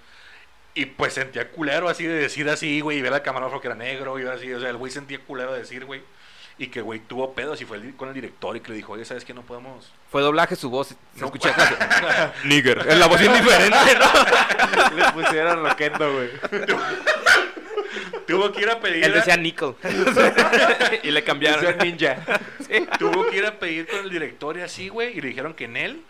Speaker 3: Y pues sentía culero así de decir así, güey, y ver al camarógrafo que era negro, y ver así, o sea, el güey sentía culero de decir, güey. Y que, el güey, tuvo pedos y fue el- con el director y que le dijo, oye, ¿sabes qué? No podemos...
Speaker 1: Fue doblaje su voz, se
Speaker 3: No,
Speaker 1: escucha nigger. La voz indiferente, ¿no?
Speaker 2: Les pusieron loquendo, güey.
Speaker 3: <laughs> Tuvo que ir a pedir.
Speaker 1: Él decía
Speaker 3: <laughs>
Speaker 1: nickel. y le
Speaker 2: Pusieron
Speaker 1: cambiaron.
Speaker 2: ninja.
Speaker 3: <laughs> Tuvo que ir a pedir con el director y así, güey. Y le dijeron que en él.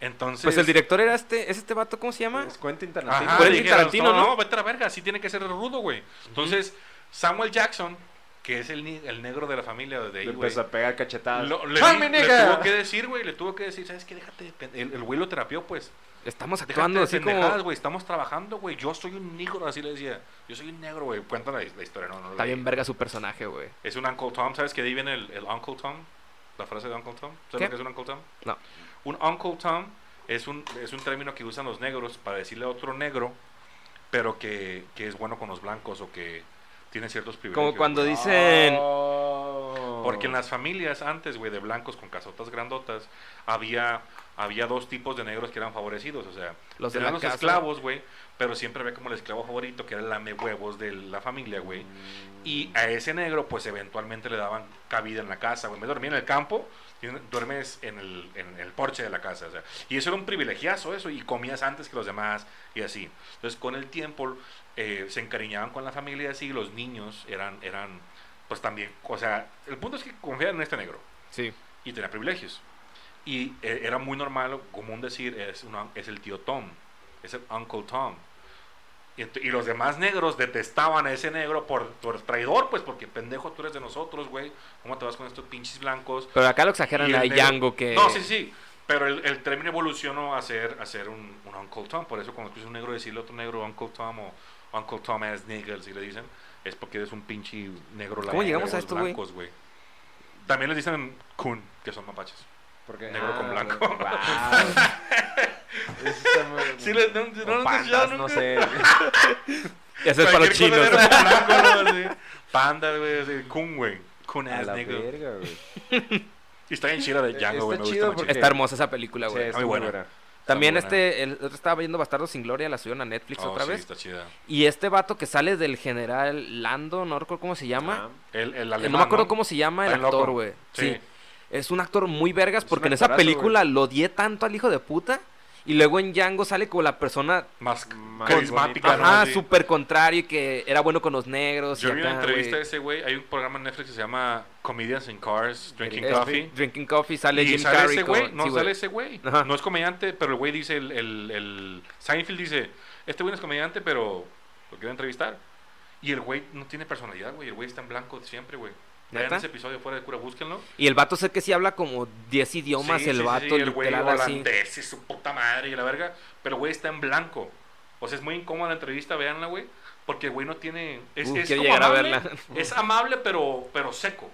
Speaker 3: Entonces.
Speaker 1: Pues el director era este, ¿es este vato cómo se llama?
Speaker 2: Es cuenta
Speaker 3: Ajá,
Speaker 1: Por
Speaker 3: le
Speaker 1: el
Speaker 3: dijeron,
Speaker 1: Tarantino,
Speaker 3: no,
Speaker 1: ¿no?
Speaker 3: no, vete a la verga. Así tiene que ser rudo, güey. Entonces, Samuel Jackson que es el, ni- el negro de la familia desde ahí,
Speaker 2: Le
Speaker 3: güey.
Speaker 2: empezó a pegar cachetadas.
Speaker 3: Lo- le,
Speaker 2: ¡Ah, mi
Speaker 3: le
Speaker 2: nigga!
Speaker 3: tuvo que decir, güey, le tuvo que decir, ¿sabes qué? Déjate, de pen- el, el güey lo terapió, pues.
Speaker 1: Estamos
Speaker 3: Déjate
Speaker 1: actuando
Speaker 3: de
Speaker 1: así
Speaker 3: pendejadas,
Speaker 1: como.
Speaker 3: güey, estamos trabajando, güey. Yo soy un negro, así le decía. Yo soy un negro, güey. Cuéntame la, la historia, no, no.
Speaker 1: Está
Speaker 3: la-
Speaker 1: bien verga su personaje, güey.
Speaker 3: Es un Uncle Tom, ¿sabes que de ahí viene el, el Uncle Tom? La frase de Uncle Tom.
Speaker 1: ¿Qué?
Speaker 3: ¿Sabes lo que es un Uncle Tom?
Speaker 1: No.
Speaker 3: Un Uncle Tom es un, es un término que usan los negros para decirle a otro negro, pero que, que es bueno con los blancos o que tiene ciertos privilegios.
Speaker 1: Como cuando
Speaker 3: güey.
Speaker 1: dicen.
Speaker 2: Oh.
Speaker 3: Porque en las familias antes, güey, de blancos con casotas grandotas, había, había dos tipos de negros que eran favorecidos. O sea,
Speaker 1: Los de
Speaker 3: tenían
Speaker 1: la
Speaker 3: los
Speaker 1: casa.
Speaker 3: esclavos, güey, pero siempre había como el esclavo favorito, que era el lame huevos de la familia, güey. Y a ese negro, pues eventualmente le daban cabida en la casa, güey. Me dormía en el campo, y duermes en el, en el porche de la casa, o sea. Y eso era un privilegiazo, eso, y comías antes que los demás, y así. Entonces, con el tiempo, eh, se encariñaban con la familia, y así, y los niños eran, eran, pues también, o sea, el punto es que confiaban en este negro,
Speaker 1: Sí.
Speaker 3: y tenía privilegios. Y eh, era muy normal, común decir, es, un un- es el tío Tom, es el Uncle Tom. Y, ent- y los demás negros detestaban a ese negro por, por traidor, pues, porque pendejo tú eres de nosotros, güey. ¿Cómo te vas con estos pinches blancos?
Speaker 1: Pero acá lo
Speaker 3: Y
Speaker 1: exageran
Speaker 3: el
Speaker 1: a
Speaker 3: negro-
Speaker 1: Django que.
Speaker 3: No, sí, sí. Pero el, el término evolucionó a ser, a ser un, un Uncle Tom. Por eso cuando escuchas un negro decirle a otro negro Uncle Tom o Uncle Tom as niggas, si le dicen, es porque eres un pinche negro
Speaker 1: ¿Cómo
Speaker 3: lambe
Speaker 1: llegamos a
Speaker 3: huevos
Speaker 1: esto, güey?
Speaker 3: blancos, güey. También les dicen Kun, que son mapaches.
Speaker 2: Porque-
Speaker 3: negro con blanco. <laughs>
Speaker 2: güey, wow. Eso está muy-
Speaker 3: Sí, le- no- no-
Speaker 2: o
Speaker 3: no han
Speaker 2: pandas,
Speaker 3: escuchado
Speaker 2: no
Speaker 3: nunca. <laughs>
Speaker 2: sé.
Speaker 1: Y eso es para los
Speaker 3: Cualquier
Speaker 1: chinos.
Speaker 3: cosa negro con blanco, ¿no? Así, Panda, güey, así, Kun, güey. Kun
Speaker 2: A
Speaker 3: as
Speaker 2: la
Speaker 3: nigga.
Speaker 2: verga, güey.
Speaker 3: Y está bien chida de Django, güey.
Speaker 2: Está
Speaker 3: Me gusta
Speaker 2: chido
Speaker 3: mucho.
Speaker 1: <laughs>
Speaker 2: porque-
Speaker 1: Está hermosa esa película,
Speaker 2: Sí,
Speaker 1: güey.
Speaker 2: está
Speaker 3: muy
Speaker 2: muy
Speaker 3: buena.
Speaker 2: buena.
Speaker 1: También
Speaker 3: muy buena.
Speaker 1: este, el otro estaba viendo Bastardo sin Gloria, la subieron a Netflix
Speaker 3: Oh,
Speaker 1: otra
Speaker 3: sí,
Speaker 1: vez.
Speaker 3: está chida.
Speaker 1: Y este vato que sale del general Lando, no recuerdo cómo se llama.
Speaker 2: Ah,
Speaker 3: El, el
Speaker 1: Eh,
Speaker 3: alemán,
Speaker 1: no me acuerdo cómo se llama el
Speaker 3: Está bien
Speaker 1: actor,
Speaker 3: loco.
Speaker 1: güey.
Speaker 3: Sí.
Speaker 1: Sí. Es un actor muy vergas
Speaker 2: Es
Speaker 1: porque
Speaker 2: un
Speaker 1: en esa
Speaker 2: actorazo,
Speaker 1: película lo odié tanto al hijo de puta. Y luego en Django sale como la persona
Speaker 3: Más
Speaker 2: Más
Speaker 3: carismática, ¿no?
Speaker 1: Ajá,
Speaker 3: Así.
Speaker 1: súper contrario y que era bueno con los negros.
Speaker 3: Yo
Speaker 1: y
Speaker 3: vi una
Speaker 1: acá,
Speaker 3: entrevista de
Speaker 1: güey.
Speaker 3: ese güey. Hay un programa en Netflix que se llama Comedians in Cars, Drinking
Speaker 1: Este,
Speaker 3: Coffee.
Speaker 1: Drinking Coffee sale
Speaker 3: y
Speaker 1: Jim
Speaker 3: sale
Speaker 1: Carrey.
Speaker 3: ese güey,
Speaker 1: con-
Speaker 3: no
Speaker 1: sí, güey.
Speaker 3: sale ese güey.
Speaker 1: Ajá.
Speaker 3: No es comediante, pero el güey dice, el, el, el- Seinfeld dice, este güey no es comediante, pero lo quiero entrevistar. Y el güey no tiene personalidad, güey. El güey está en blanco siempre, güey. Vean
Speaker 1: ¿Neta?
Speaker 3: ese episodio fuera de cura, búsquenlo.
Speaker 1: Y el vato sé que sí habla como 10 idiomas,
Speaker 3: Sí, sí,
Speaker 1: el
Speaker 3: sí,
Speaker 1: vato
Speaker 3: sí, el güey
Speaker 1: literal así.
Speaker 3: holandés y su puta madre y la verga. Pero el güey está en blanco. O sea, es muy incómoda la entrevista, veanla, güey. Porque el güey no tiene. Es,
Speaker 1: Uh,
Speaker 3: es
Speaker 1: quiero
Speaker 3: como
Speaker 1: llegar a
Speaker 3: amable,
Speaker 1: verla.
Speaker 3: Es amable, pero, pero seco.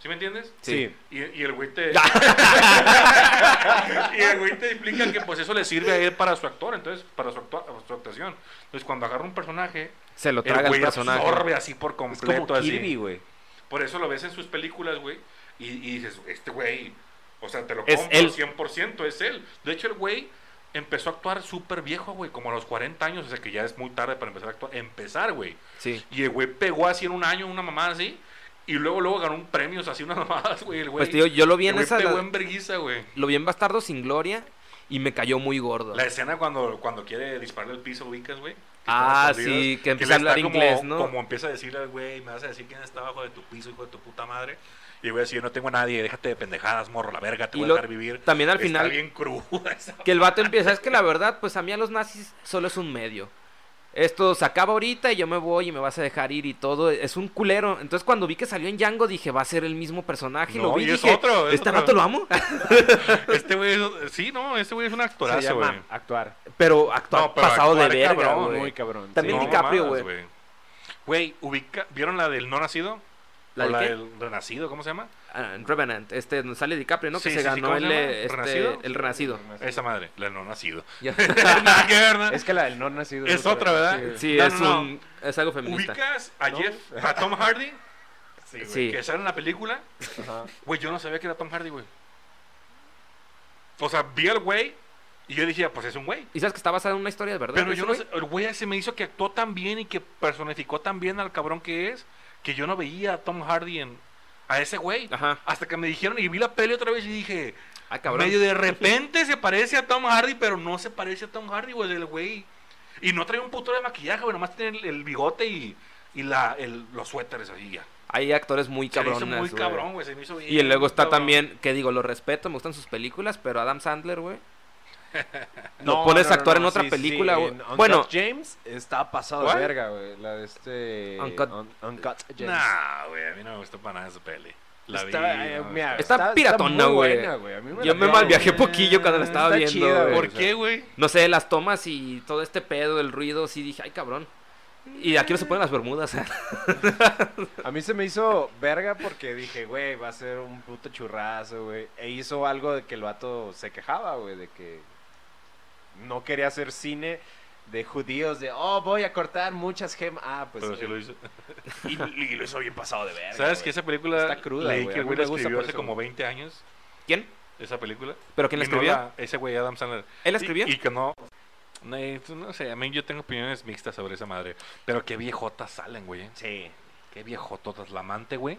Speaker 3: ¿Sí me entiendes?
Speaker 1: Sí.
Speaker 3: Y, y el güey te. y el güey te explica que pues eso le sirve a él para su actor, entonces, para su, actua- su actuación. Entonces cuando agarra un personaje,
Speaker 1: <laughs> Se lo
Speaker 3: el
Speaker 1: traga el
Speaker 3: güey
Speaker 1: personaje.
Speaker 3: absorbe así por
Speaker 2: Es
Speaker 3: completo.
Speaker 2: como
Speaker 3: así.
Speaker 2: Kirby, güey.
Speaker 3: Por eso lo ves en sus películas, güey. Y, y dices, este güey, o sea, te lo
Speaker 1: Es
Speaker 3: compro
Speaker 1: él.
Speaker 3: 100%, es él. De hecho, el güey empezó a actuar súper viejo, güey, como a los 40 años, o sea que ya es muy tarde para empezar a actuar. Empezar, güey.
Speaker 1: Sí.
Speaker 3: Y el güey pegó así en un año, una mamada así. Y luego, luego ganó un premio, o sea, así unas <laughs> mamadas, güey. El güey
Speaker 1: Pues te digo, yo lo vi
Speaker 3: el
Speaker 1: en
Speaker 3: este güey
Speaker 1: esa.
Speaker 3: pegó
Speaker 1: la-
Speaker 3: en vergüenza, güey.
Speaker 1: Lo vi en Bastardo sin Gloria y me cayó muy gordo.
Speaker 3: La escena cuando, cuando quiere dispararle al piso, ubicas, güey. que
Speaker 1: Ah,
Speaker 3: están escondidas,
Speaker 1: sí, que empieza
Speaker 3: le
Speaker 1: a hablar
Speaker 3: está como-
Speaker 1: inglés, ¿no?
Speaker 3: Como empieza a decirle al güey, me vas a decir quién está abajo de tu piso, hijo de tu puta madre. Y el güey así, yo no tengo a nadie, déjate de pendejadas, morro, la verga, te
Speaker 1: Y
Speaker 3: voy
Speaker 1: lo-
Speaker 3: a dejar vivir.
Speaker 1: También al
Speaker 3: Está
Speaker 1: final,
Speaker 3: bien cruda esa-
Speaker 1: que el vato empieza, es que la verdad, pues a mí a los nazis solo es un medio. Esto se acaba ahorita y yo me voy y me vas a dejar ir y todo. Es un culero. Entonces cuando vi que salió en Django dije, va a ser el mismo personaje. y lo
Speaker 3: No,
Speaker 1: vi
Speaker 3: y
Speaker 1: y
Speaker 3: es
Speaker 1: dije,
Speaker 3: otro, es
Speaker 1: este
Speaker 3: otro".
Speaker 1: vato lo
Speaker 3: <laughs>
Speaker 1: amo.
Speaker 3: Este güey, es- sí, no, este güey es un
Speaker 2: Se
Speaker 3: actorazo, güey.
Speaker 2: llama actuar.
Speaker 1: Pero actual
Speaker 3: No, pero
Speaker 1: pasado
Speaker 3: actuar,
Speaker 1: de verga,
Speaker 3: cabrón,
Speaker 1: güey.
Speaker 2: Muy cabrón.
Speaker 1: También
Speaker 2: sí.
Speaker 1: Di- DiCaprio,
Speaker 3: mamadas,
Speaker 1: güey.
Speaker 3: Güey, ubica... ¿vieron la del no nacido?
Speaker 1: ¿La
Speaker 3: ¿O
Speaker 1: del
Speaker 3: la
Speaker 1: qué?
Speaker 3: del renacido, cómo se llama?
Speaker 1: Ah, en Revenant, este donde sale DiCaprio, ¿no?
Speaker 3: Sí,
Speaker 1: que se
Speaker 3: sí, sí,
Speaker 1: ganó
Speaker 3: ¿cómo se
Speaker 1: el,
Speaker 3: llama?
Speaker 1: eh, este,
Speaker 3: ¿Renacido?
Speaker 1: el Renacido.
Speaker 3: Esa madre, la del
Speaker 1: <laughs>
Speaker 3: no nacido. <laughs>
Speaker 1: Ya.
Speaker 3: Nada que ver, ¿no?
Speaker 2: Es que la del no nacido
Speaker 3: Es otra, ¿verdad?
Speaker 2: Sí, güey.
Speaker 1: Sí,
Speaker 3: No,
Speaker 1: es,
Speaker 3: no, no.
Speaker 1: un, es algo feminista.
Speaker 3: ¿Ubicas a
Speaker 2: ¿No?
Speaker 3: Jeff, a Tom Hardy? Sí, güey.
Speaker 1: Sí.
Speaker 3: Que sale en la película.
Speaker 2: Ajá.
Speaker 3: Güey, yo no sabía que era Tom Hardy, güey. O sea, vi al güey y yo dije, ah, pues es un güey.
Speaker 1: Y sabes que está basada en una historia de verdad.
Speaker 3: Pero
Speaker 1: ese
Speaker 3: yo no
Speaker 1: güey?
Speaker 3: sé, el güey se me hizo que actuó tan bien y que personificó tan bien al cabrón que es, que yo no veía a Tom Hardy en, a ese güey.
Speaker 1: Ajá.
Speaker 3: Hasta que me dijeron y vi la peli otra vez y dije,
Speaker 1: Ah, cabrón. <laughs>
Speaker 3: medio de repente se parece a Tom Hardy, pero no se parece a Tom Hardy, güey, el güey. Y no trae un puto de maquillaje, güey, nomás tiene el, el bigote y, y la, el- los suéteres así ya.
Speaker 1: Hay actores muy
Speaker 3: Se me hizo
Speaker 1: cabrones.
Speaker 3: muy
Speaker 1: güey.
Speaker 3: cabrón, güey, se me hizo bien
Speaker 1: Y luego está
Speaker 3: cabrón.
Speaker 1: también, que digo, lo respeto, me gustan sus películas, pero Adam Sandler, güey. Lo pones a actuar en otra película, güey.
Speaker 2: en Uncut
Speaker 1: Bueno.
Speaker 2: James está pasado
Speaker 3: ¿Cuál?
Speaker 2: de verga, güey. La de este.
Speaker 1: Uncut-
Speaker 2: Un- Uncut James.
Speaker 3: Nah, güey, a mí no me gustó para nada esa peli. La
Speaker 2: Está,
Speaker 3: vi.
Speaker 2: eh,
Speaker 3: no,
Speaker 2: mira,
Speaker 3: está-
Speaker 1: Está piratona,
Speaker 2: muy
Speaker 1: güey.
Speaker 2: buena, A mí
Speaker 1: Yo
Speaker 2: la
Speaker 1: me
Speaker 2: dio-
Speaker 1: malviajé poquillo cuando la estaba
Speaker 2: Está
Speaker 1: viendo,
Speaker 2: chida,
Speaker 1: güey.
Speaker 3: ¿Por
Speaker 2: o sea,
Speaker 3: qué, güey?
Speaker 1: No sé, las tomas y todo este pedo, el ruido, sí dije, ay cabrón. Y aquí no se ponen las bermudas. <laughs>
Speaker 2: A mí se me hizo verga porque dije, güey, va a ser un puto churrazo, güey. E hizo algo de que el vato se quejaba, güey, de que no quería hacer cine de judíos, de, oh, voy a cortar muchas gemas. Ah, pues.
Speaker 3: Pero sí
Speaker 2: eh,
Speaker 3: lo hizo. <laughs>
Speaker 2: y, y lo hizo bien pasado de verga.
Speaker 3: eh, ¿Sabes
Speaker 2: güey.
Speaker 3: que esa película
Speaker 2: Está cruda,
Speaker 3: leí
Speaker 2: güey,
Speaker 3: que
Speaker 2: a mí
Speaker 3: el güey
Speaker 2: me
Speaker 3: la
Speaker 2: gusta
Speaker 3: escribió
Speaker 2: por
Speaker 3: hace
Speaker 2: eso,
Speaker 3: como
Speaker 2: güey.
Speaker 3: 20 años,
Speaker 1: ¿Quién?
Speaker 3: esa película.
Speaker 1: ¿Pero quién la
Speaker 3: Y no
Speaker 1: escribió?
Speaker 3: la- ese güey Adam Sandler.
Speaker 1: ¿Él la
Speaker 3: Y-
Speaker 1: escribió?
Speaker 3: Y, que no. No, eh, no sé, a mí yo tengo opiniones mixtas sobre esa madre. Pero qué viejotas salen, güey. eh.
Speaker 2: Sí,
Speaker 3: Qué viejototas. La amante, güey.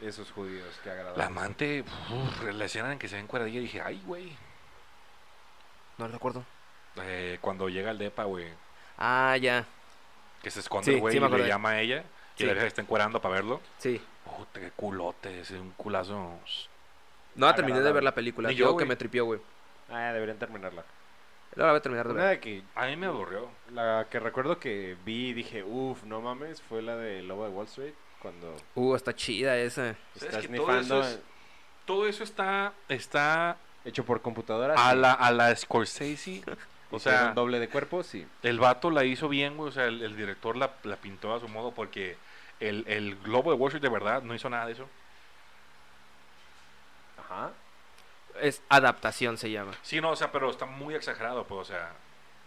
Speaker 2: esos judíos, que
Speaker 3: La
Speaker 2: agradable.
Speaker 3: amante, uf, la escena en que se ven cuadradilla, dije, ay, güey.
Speaker 1: No recuerdo.
Speaker 3: Eh, cuando llega el depa, güey,
Speaker 1: Ah, ya.
Speaker 3: que se esconde,
Speaker 1: Sí,
Speaker 3: el güey,
Speaker 1: sí me
Speaker 3: y le
Speaker 1: acordé.
Speaker 3: llama a ella. Y
Speaker 1: Sí.
Speaker 3: la vieja está encuerando para verlo.
Speaker 1: Sí.
Speaker 3: Puta, qué culote, es un culazo.
Speaker 1: No la
Speaker 2: Agradable.
Speaker 1: terminé de ver la película.
Speaker 3: Ni
Speaker 1: Yo,
Speaker 3: yo,
Speaker 1: que
Speaker 3: güey.
Speaker 1: me tripió, güey.
Speaker 2: Ah, deberían terminarla.
Speaker 1: Ahora la voy a terminar de
Speaker 2: Una
Speaker 1: ver.
Speaker 2: de que
Speaker 3: A mí me aburrió.
Speaker 2: La que recuerdo que vi y dije, uff, no mames, fue la de Lobo de Wall Street, cuando
Speaker 1: Uh, está chida esa.
Speaker 3: ¿Sabes
Speaker 2: estás
Speaker 3: que todo eso
Speaker 2: nifando
Speaker 3: es- Todo eso está, está
Speaker 2: hecho por computadora.
Speaker 3: a,
Speaker 2: sí.
Speaker 3: la, a la <laughs> Scorsese. O
Speaker 2: Hicieron
Speaker 3: sea,
Speaker 2: doble de cuerpo, sí.
Speaker 3: el vato la hizo bien, güey. O sea, el, el director la, la pintó a su modo porque el, el globo de Wall Street de verdad no hizo nada de eso.
Speaker 2: Ajá.
Speaker 1: Es adaptación, se llama.
Speaker 3: Sí, no, o sea, pero está muy exagerado, pues, o sea,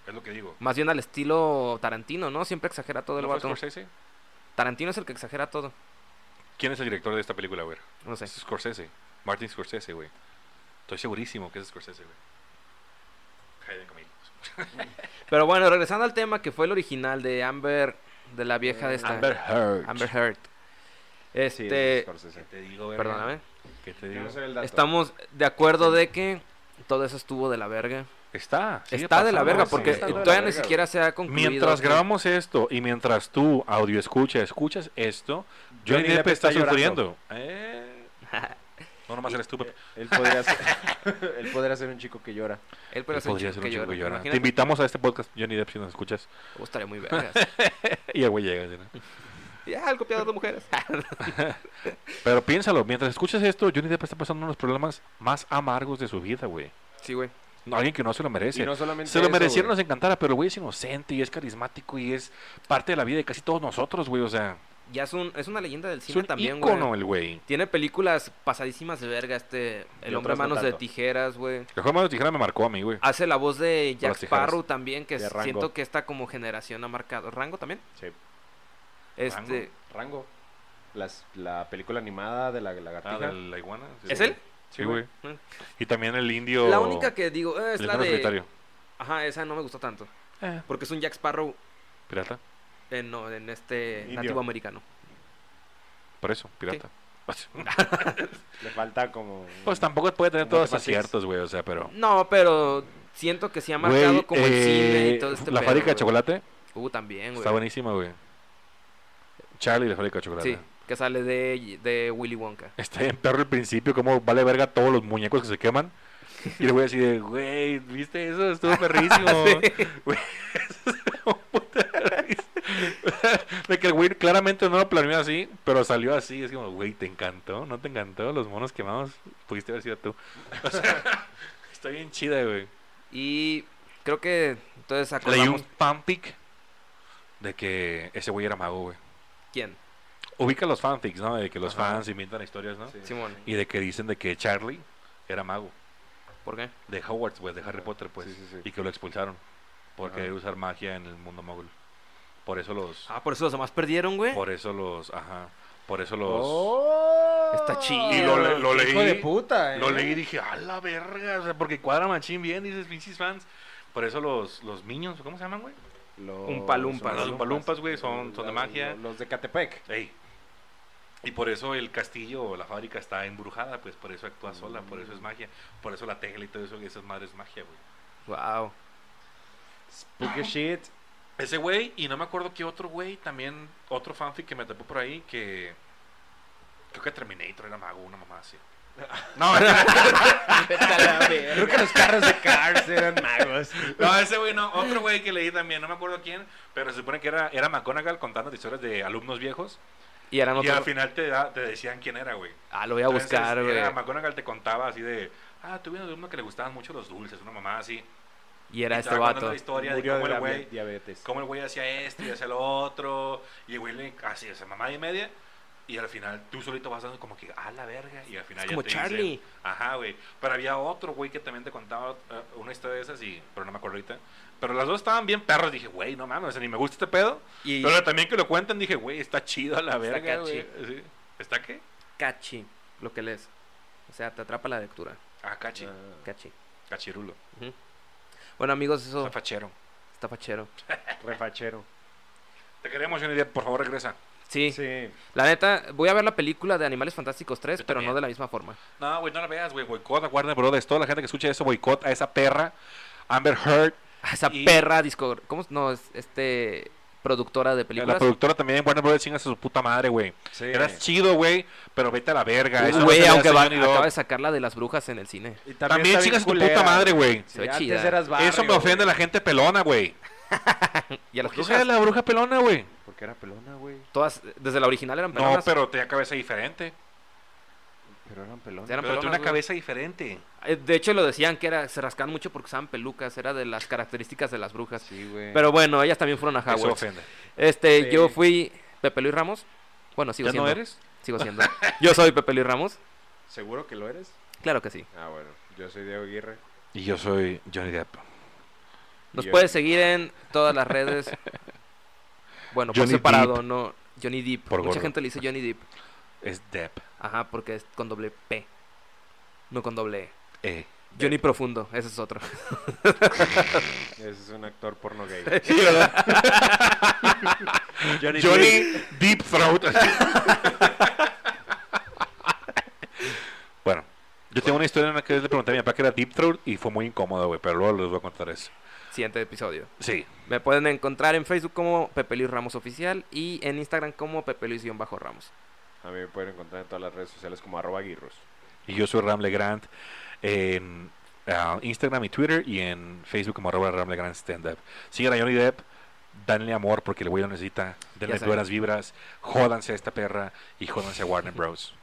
Speaker 3: es lo que digo.
Speaker 1: Más bien al estilo Tarantino, ¿no? Siempre exagera todo el
Speaker 3: ¿No pues, fue
Speaker 1: vato.
Speaker 3: Scorsese?
Speaker 1: Tarantino es el que exagera todo.
Speaker 3: ¿Quién es el director de esta película, güey?
Speaker 1: No sé.
Speaker 3: Es Scorsese. Martin Scorsese, güey. Estoy segurísimo que es Scorsese, güey. Hayden Camille.
Speaker 1: Pero bueno, regresando al tema que fue el original de Amber, de la vieja de esta.
Speaker 3: Amber Heard.
Speaker 1: Amber Heard.
Speaker 2: Sí,
Speaker 1: Este,
Speaker 2: es Scorsese.
Speaker 3: te digo, verga?
Speaker 1: perdóname.
Speaker 3: ¿Qué te
Speaker 2: Yo
Speaker 3: digo?
Speaker 2: no sé el dato.
Speaker 1: Estamos de acuerdo de que todo eso estuvo de la verga.
Speaker 3: Está. sigue
Speaker 1: está de la
Speaker 3: pasando,
Speaker 1: verga
Speaker 3: sí,
Speaker 1: porque
Speaker 3: está de la
Speaker 1: todavía ni
Speaker 2: verga,
Speaker 1: siquiera se ha concluido.
Speaker 3: Mientras
Speaker 1: que-
Speaker 3: grabamos esto y mientras tú, audio escucha, escuchas esto, Johnny Depp está sufriendo. Eh. No, nomás eres tú, Pepe.
Speaker 2: Él podría, ser, él podría ser un chico que llora.
Speaker 1: Él podría ser un
Speaker 3: Podría
Speaker 1: chico
Speaker 3: ser
Speaker 1: que
Speaker 3: un
Speaker 1: llora,
Speaker 3: chico que llora. Te
Speaker 1: imagínate.
Speaker 3: invitamos a este podcast, Johnny Depp, si nos escuchas.
Speaker 1: Oh, estaría muy
Speaker 3: <laughs>
Speaker 1: vergas.
Speaker 3: Y el güey llega. ¿sí, no?
Speaker 1: ya, el copiador de mujeres. <laughs>
Speaker 3: Pero piénsalo, mientras escuchas esto, Johnny Depp está pasando unos problemas más amargos de su vida, güey.
Speaker 1: sí, güey.
Speaker 3: Alguien que no se lo merece.
Speaker 2: Y no solamente
Speaker 3: se lo
Speaker 2: eso,
Speaker 3: merecieron,
Speaker 2: güey.
Speaker 3: nos encantara, pero el güey es inocente y es carismático y es parte de la vida de casi todos nosotros, güey. O sea,
Speaker 1: Ya es, un, es una leyenda del
Speaker 3: es
Speaker 1: cine
Speaker 3: un
Speaker 1: también, güey.
Speaker 3: ícono el güey.
Speaker 1: Tiene películas pasadísimas de verga, este... El
Speaker 2: Y
Speaker 1: hombre
Speaker 2: otras no
Speaker 1: manos de
Speaker 2: tanto.
Speaker 1: tijeras, güey.
Speaker 3: El juego de tijera me marcó a mí, güey.
Speaker 1: Hace la voz de
Speaker 3: Con las
Speaker 1: Jack
Speaker 3: tijeras.
Speaker 1: Sparrow también, que
Speaker 2: De
Speaker 1: es-
Speaker 2: Rango.
Speaker 1: siento que esta como generación ha marcado. ¿Rango también?
Speaker 2: Sí.
Speaker 1: Este...
Speaker 2: Rango. Las, la película animada de la lagartija.
Speaker 3: Ah, de la iguana. sí.
Speaker 1: ¿Es él?
Speaker 3: Sí, güey.
Speaker 1: Ah.
Speaker 3: Y también el indio.
Speaker 1: La única que digo eh, es
Speaker 3: el
Speaker 1: la
Speaker 3: indio
Speaker 1: de...
Speaker 3: solitario.
Speaker 1: Ajá, esa no me gustó tanto.
Speaker 3: Eh,
Speaker 1: Porque es un Jack Sparrow,
Speaker 3: pirata.
Speaker 1: eh, no, en este
Speaker 2: Indio.
Speaker 1: nativo americano.
Speaker 3: Por eso, pirata. <laughs> Pues,
Speaker 1: Mm.
Speaker 2: Le falta como...
Speaker 3: pues tampoco puede tener
Speaker 2: No
Speaker 3: todos
Speaker 2: te pases.
Speaker 3: aciertos, güey. O sea, pero.
Speaker 1: No, pero siento que sí ha marcado
Speaker 3: Güey,
Speaker 1: como el cine y
Speaker 3: eh,
Speaker 1: todo este
Speaker 3: La
Speaker 1: pedo,
Speaker 3: fábrica de
Speaker 1: güey.
Speaker 3: chocolate
Speaker 1: Uh, también, güey.
Speaker 3: está buenísima, güey. Charlie y la fábrica de chocolate.
Speaker 1: Sí, que sale de, de Willy Wonka.
Speaker 3: Está en perro el principio, como vale verga todos los muñecos que se queman. Y le voy a decir, güey, ¿viste eso? Estuvo
Speaker 2: <laughs>
Speaker 3: perrísimo.
Speaker 2: Ah,
Speaker 3: Güey, eso es un putero. <laughs> De que el güey claramente no lo planeó así, pero salió así. Es como, güey, ¿te encantó? ¿No te encantó? Los monos quemados, pudiste haber sido tú. O sea, <laughs> está bien chida, güey.
Speaker 1: <laughs> Y creo que entonces
Speaker 2: Pues
Speaker 3: Leí
Speaker 1: acordamos
Speaker 3: un fanfic de que ese güey era mago, güey.
Speaker 1: quién.
Speaker 3: Ubica los fanfics, ¿no? De que los
Speaker 2: Ajá.
Speaker 3: fans inventan historias, ¿no?
Speaker 2: Sí.
Speaker 1: Simón,
Speaker 3: Y de que dicen de que Charlie era mago.
Speaker 1: ¿por qué?
Speaker 3: de Howard, güey, de Harry Potter, pues,
Speaker 2: Sí, sí, sí.
Speaker 3: y que lo expulsaron por
Speaker 2: Ajá.
Speaker 3: querer usar magia en el mundo mogul. Por eso los,
Speaker 1: Ah, ¿eh? por eso los demás perdieron, güey.
Speaker 3: por eso los, ajá, por eso los.
Speaker 2: ¡Oh!
Speaker 1: Está chido.
Speaker 3: Y lo le- lo
Speaker 2: Qué Hijo
Speaker 3: leí.
Speaker 2: de puta, eh.
Speaker 3: Lo leí y dije, a la verga, o sea, porque cuadra machín bien, dices pinches fans. Por eso los, los minions, ¿cómo se llaman, güey?
Speaker 2: Los
Speaker 1: Umpa Lumpas.
Speaker 3: Los Umpa Lumpas, güey, son- son de
Speaker 2: Los-
Speaker 3: magia.
Speaker 2: Los de Catepec.
Speaker 3: Ey. Y por eso el castillo o la fábrica está embrujada, pues por eso
Speaker 2: Mm.
Speaker 3: actúa sola, por eso es magia, por eso la tecla y todo eso, y esas madres es magia, güey.
Speaker 1: Wow.
Speaker 3: Ah.
Speaker 2: Spooky
Speaker 3: <laughs>
Speaker 2: shit.
Speaker 3: Ese güey, y no me acuerdo qué otro güey, también
Speaker 1: <laughs>
Speaker 3: otro fanfic que me tapó por ahí, que creo que Terminator era mago, una mamá así.
Speaker 2: No,
Speaker 1: Creo
Speaker 2: creo que los carros de Cars
Speaker 3: <laughs>
Speaker 2: eran magos.
Speaker 3: No, ese güey no. Otro güey que leí también, no me acuerdo quién, pero se supone que era, era McGonagall contando historias de alumnos viejos.
Speaker 1: Y eran
Speaker 3: y al
Speaker 1: otros.
Speaker 3: final te, da- te decían quién era, güey.
Speaker 1: Ah, lo voy a buscar,
Speaker 3: Entonces,
Speaker 1: güey.
Speaker 3: era- McGonagall te contaba así de. Ah, tuve un alumno que le gustaban mucho los dulces, una mamá así.
Speaker 1: Y era
Speaker 3: Y
Speaker 1: este
Speaker 3: estaba contando
Speaker 1: vato.
Speaker 3: la historia
Speaker 2: Murió
Speaker 3: de cómo
Speaker 2: de la
Speaker 3: el güey.
Speaker 2: diabetes.
Speaker 3: Cómo el güey hacía esto y hacía lo otro. Y el güey le- así, o sea, mamá y media. Y al final tú solito vas dando como que, ah, la verga. Y al final
Speaker 1: Es
Speaker 3: ya
Speaker 1: como
Speaker 3: te dicen,
Speaker 1: Charlie.
Speaker 3: Ajá, güey. Pero había otro güey que también te contaba eh, una historia de esas, y, pero no me acuerdo ahorita. Pero las dos estaban bien perros. Dije, güey, no mames, ni me gusta este pedo.
Speaker 1: Y
Speaker 3: Pero también que lo cuentan, dije, güey, está chido a la
Speaker 1: Está
Speaker 3: verga,
Speaker 1: catchy.
Speaker 3: güey. Sí. ¿Está qué?
Speaker 1: cachi, lo que lees. O sea, te atrapa la lectura.
Speaker 3: Ah, cachi.
Speaker 2: Ah,
Speaker 1: Cachi.
Speaker 3: Cachirulo.
Speaker 1: Ujú. Bueno, amigos, eso
Speaker 3: Está fachero.
Speaker 1: está fachero.
Speaker 2: Ah, refachero.
Speaker 3: Te queremos, Johnny Depp, por favor regresa.
Speaker 1: Sí,
Speaker 2: Sí.
Speaker 1: la neta, voy a ver la película de Animales Fantásticos 3,
Speaker 3: Yo
Speaker 1: pero
Speaker 3: también.
Speaker 1: no de la misma forma. <laughs>
Speaker 3: No, güey, no la veas, güey. Boicot a Warner Brothers. Toda la gente que escucha eso, boicot a esa perra. Amber Heard,
Speaker 1: Ah, Esa
Speaker 3: Y-
Speaker 1: perra disco... ¿Cómo? es? No, es este... Productora de
Speaker 3: la
Speaker 1: películas.
Speaker 3: productora también. Warner Brothers, chingas a su puta madre, güey.
Speaker 2: sí.
Speaker 3: Eras chido, güey, pero vete a la verga. Eso
Speaker 1: Uh,
Speaker 3: no
Speaker 1: Güey,
Speaker 3: se le
Speaker 1: aunque
Speaker 3: hace
Speaker 1: va-
Speaker 3: Johnny Depp.
Speaker 1: acaba de sacar la de las brujas en el cine.
Speaker 2: Y
Speaker 3: También
Speaker 2: está bien
Speaker 3: chingas a tu
Speaker 2: culera.
Speaker 3: puta madre, güey.
Speaker 1: Se ve
Speaker 2: antes
Speaker 1: chida.
Speaker 2: eras barrio,
Speaker 3: Eso me ofende a
Speaker 2: güey.
Speaker 3: la gente pelona, güey.
Speaker 1: Y a las
Speaker 3: ¿Por qué era
Speaker 1: brujas,
Speaker 3: la bruja pelona, güey?
Speaker 2: Porque era pelona, güey.
Speaker 1: todas, desde la original eran
Speaker 3: No,
Speaker 1: pelonas.
Speaker 3: pero tenía cabeza diferente.
Speaker 2: Pero eran pelonas.
Speaker 1: Eran
Speaker 3: pero tenía
Speaker 1: pelonas,
Speaker 3: una
Speaker 1: güey.
Speaker 3: cabeza diferente.
Speaker 1: Eh, De hecho, lo decían que era, se rascaban mucho porque usaban pelucas, era de las características de las brujas.
Speaker 2: Sí, güey.
Speaker 1: Pero bueno, ellas también fueron a
Speaker 3: Eso
Speaker 1: Howard.
Speaker 3: ofende.
Speaker 1: Este,
Speaker 2: Sí.
Speaker 1: yo fui Pepe Luis Ramos. Bueno, sigo
Speaker 3: ¿Ya
Speaker 1: siendo.
Speaker 3: no eres?
Speaker 1: Sigo siendo. Yo soy Pepe Luis Ramos.
Speaker 2: ¿Seguro que lo eres?
Speaker 1: Claro que sí.
Speaker 2: Ah, bueno. Yo soy Diego Aguirre.
Speaker 3: Y yo soy Johnny Depp.
Speaker 1: Nos
Speaker 2: Yo-
Speaker 1: puedes seguir en todas las redes.
Speaker 3: <laughs>
Speaker 1: Bueno, por
Speaker 3: Johnny
Speaker 1: separado, no. Johnny Deep.
Speaker 3: Por
Speaker 1: Mucha
Speaker 3: gordo.
Speaker 1: gente le dice Johnny Deep.
Speaker 3: Es Depp.
Speaker 1: Ajá, porque es con doble P. No con doble E.
Speaker 3: Eh.
Speaker 1: Johnny Profundo, ese es
Speaker 3: <laughs>
Speaker 1: otro.
Speaker 2: Ese es un actor porno <laughs> gay.
Speaker 3: Johnny,
Speaker 2: Depp.
Speaker 3: Deep Throat. bueno, yo tengo una historia en la que le pregunté a mi papá que era Deep Throat y fue muy incómodo, güey, pero luego les voy a contar eso.
Speaker 1: <laughs> Siguiente episodio.
Speaker 3: Sí.
Speaker 1: Me pueden encontrar en Facebook como Pepe Luis Ramos Oficial y en Instagram como Pepe Luis-Ramos.
Speaker 2: A mí me pueden encontrar en todas las redes sociales como arroba guirros.
Speaker 3: Y yo soy Ram Legrand en ah, Instagram y Twitter y en Facebook como arroba Ram Legrand Stand Up. Sigan a Johnny Depp, danle amor porque el güey lo necesita, denle
Speaker 1: saben.
Speaker 3: buenas vibras, jódanse a esta perra y jódanse a Warner Bros.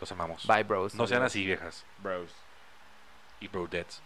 Speaker 3: Los amamos.
Speaker 1: Bye, bros.
Speaker 3: No sean así, viejas.
Speaker 2: Bros.
Speaker 3: Y bro deads.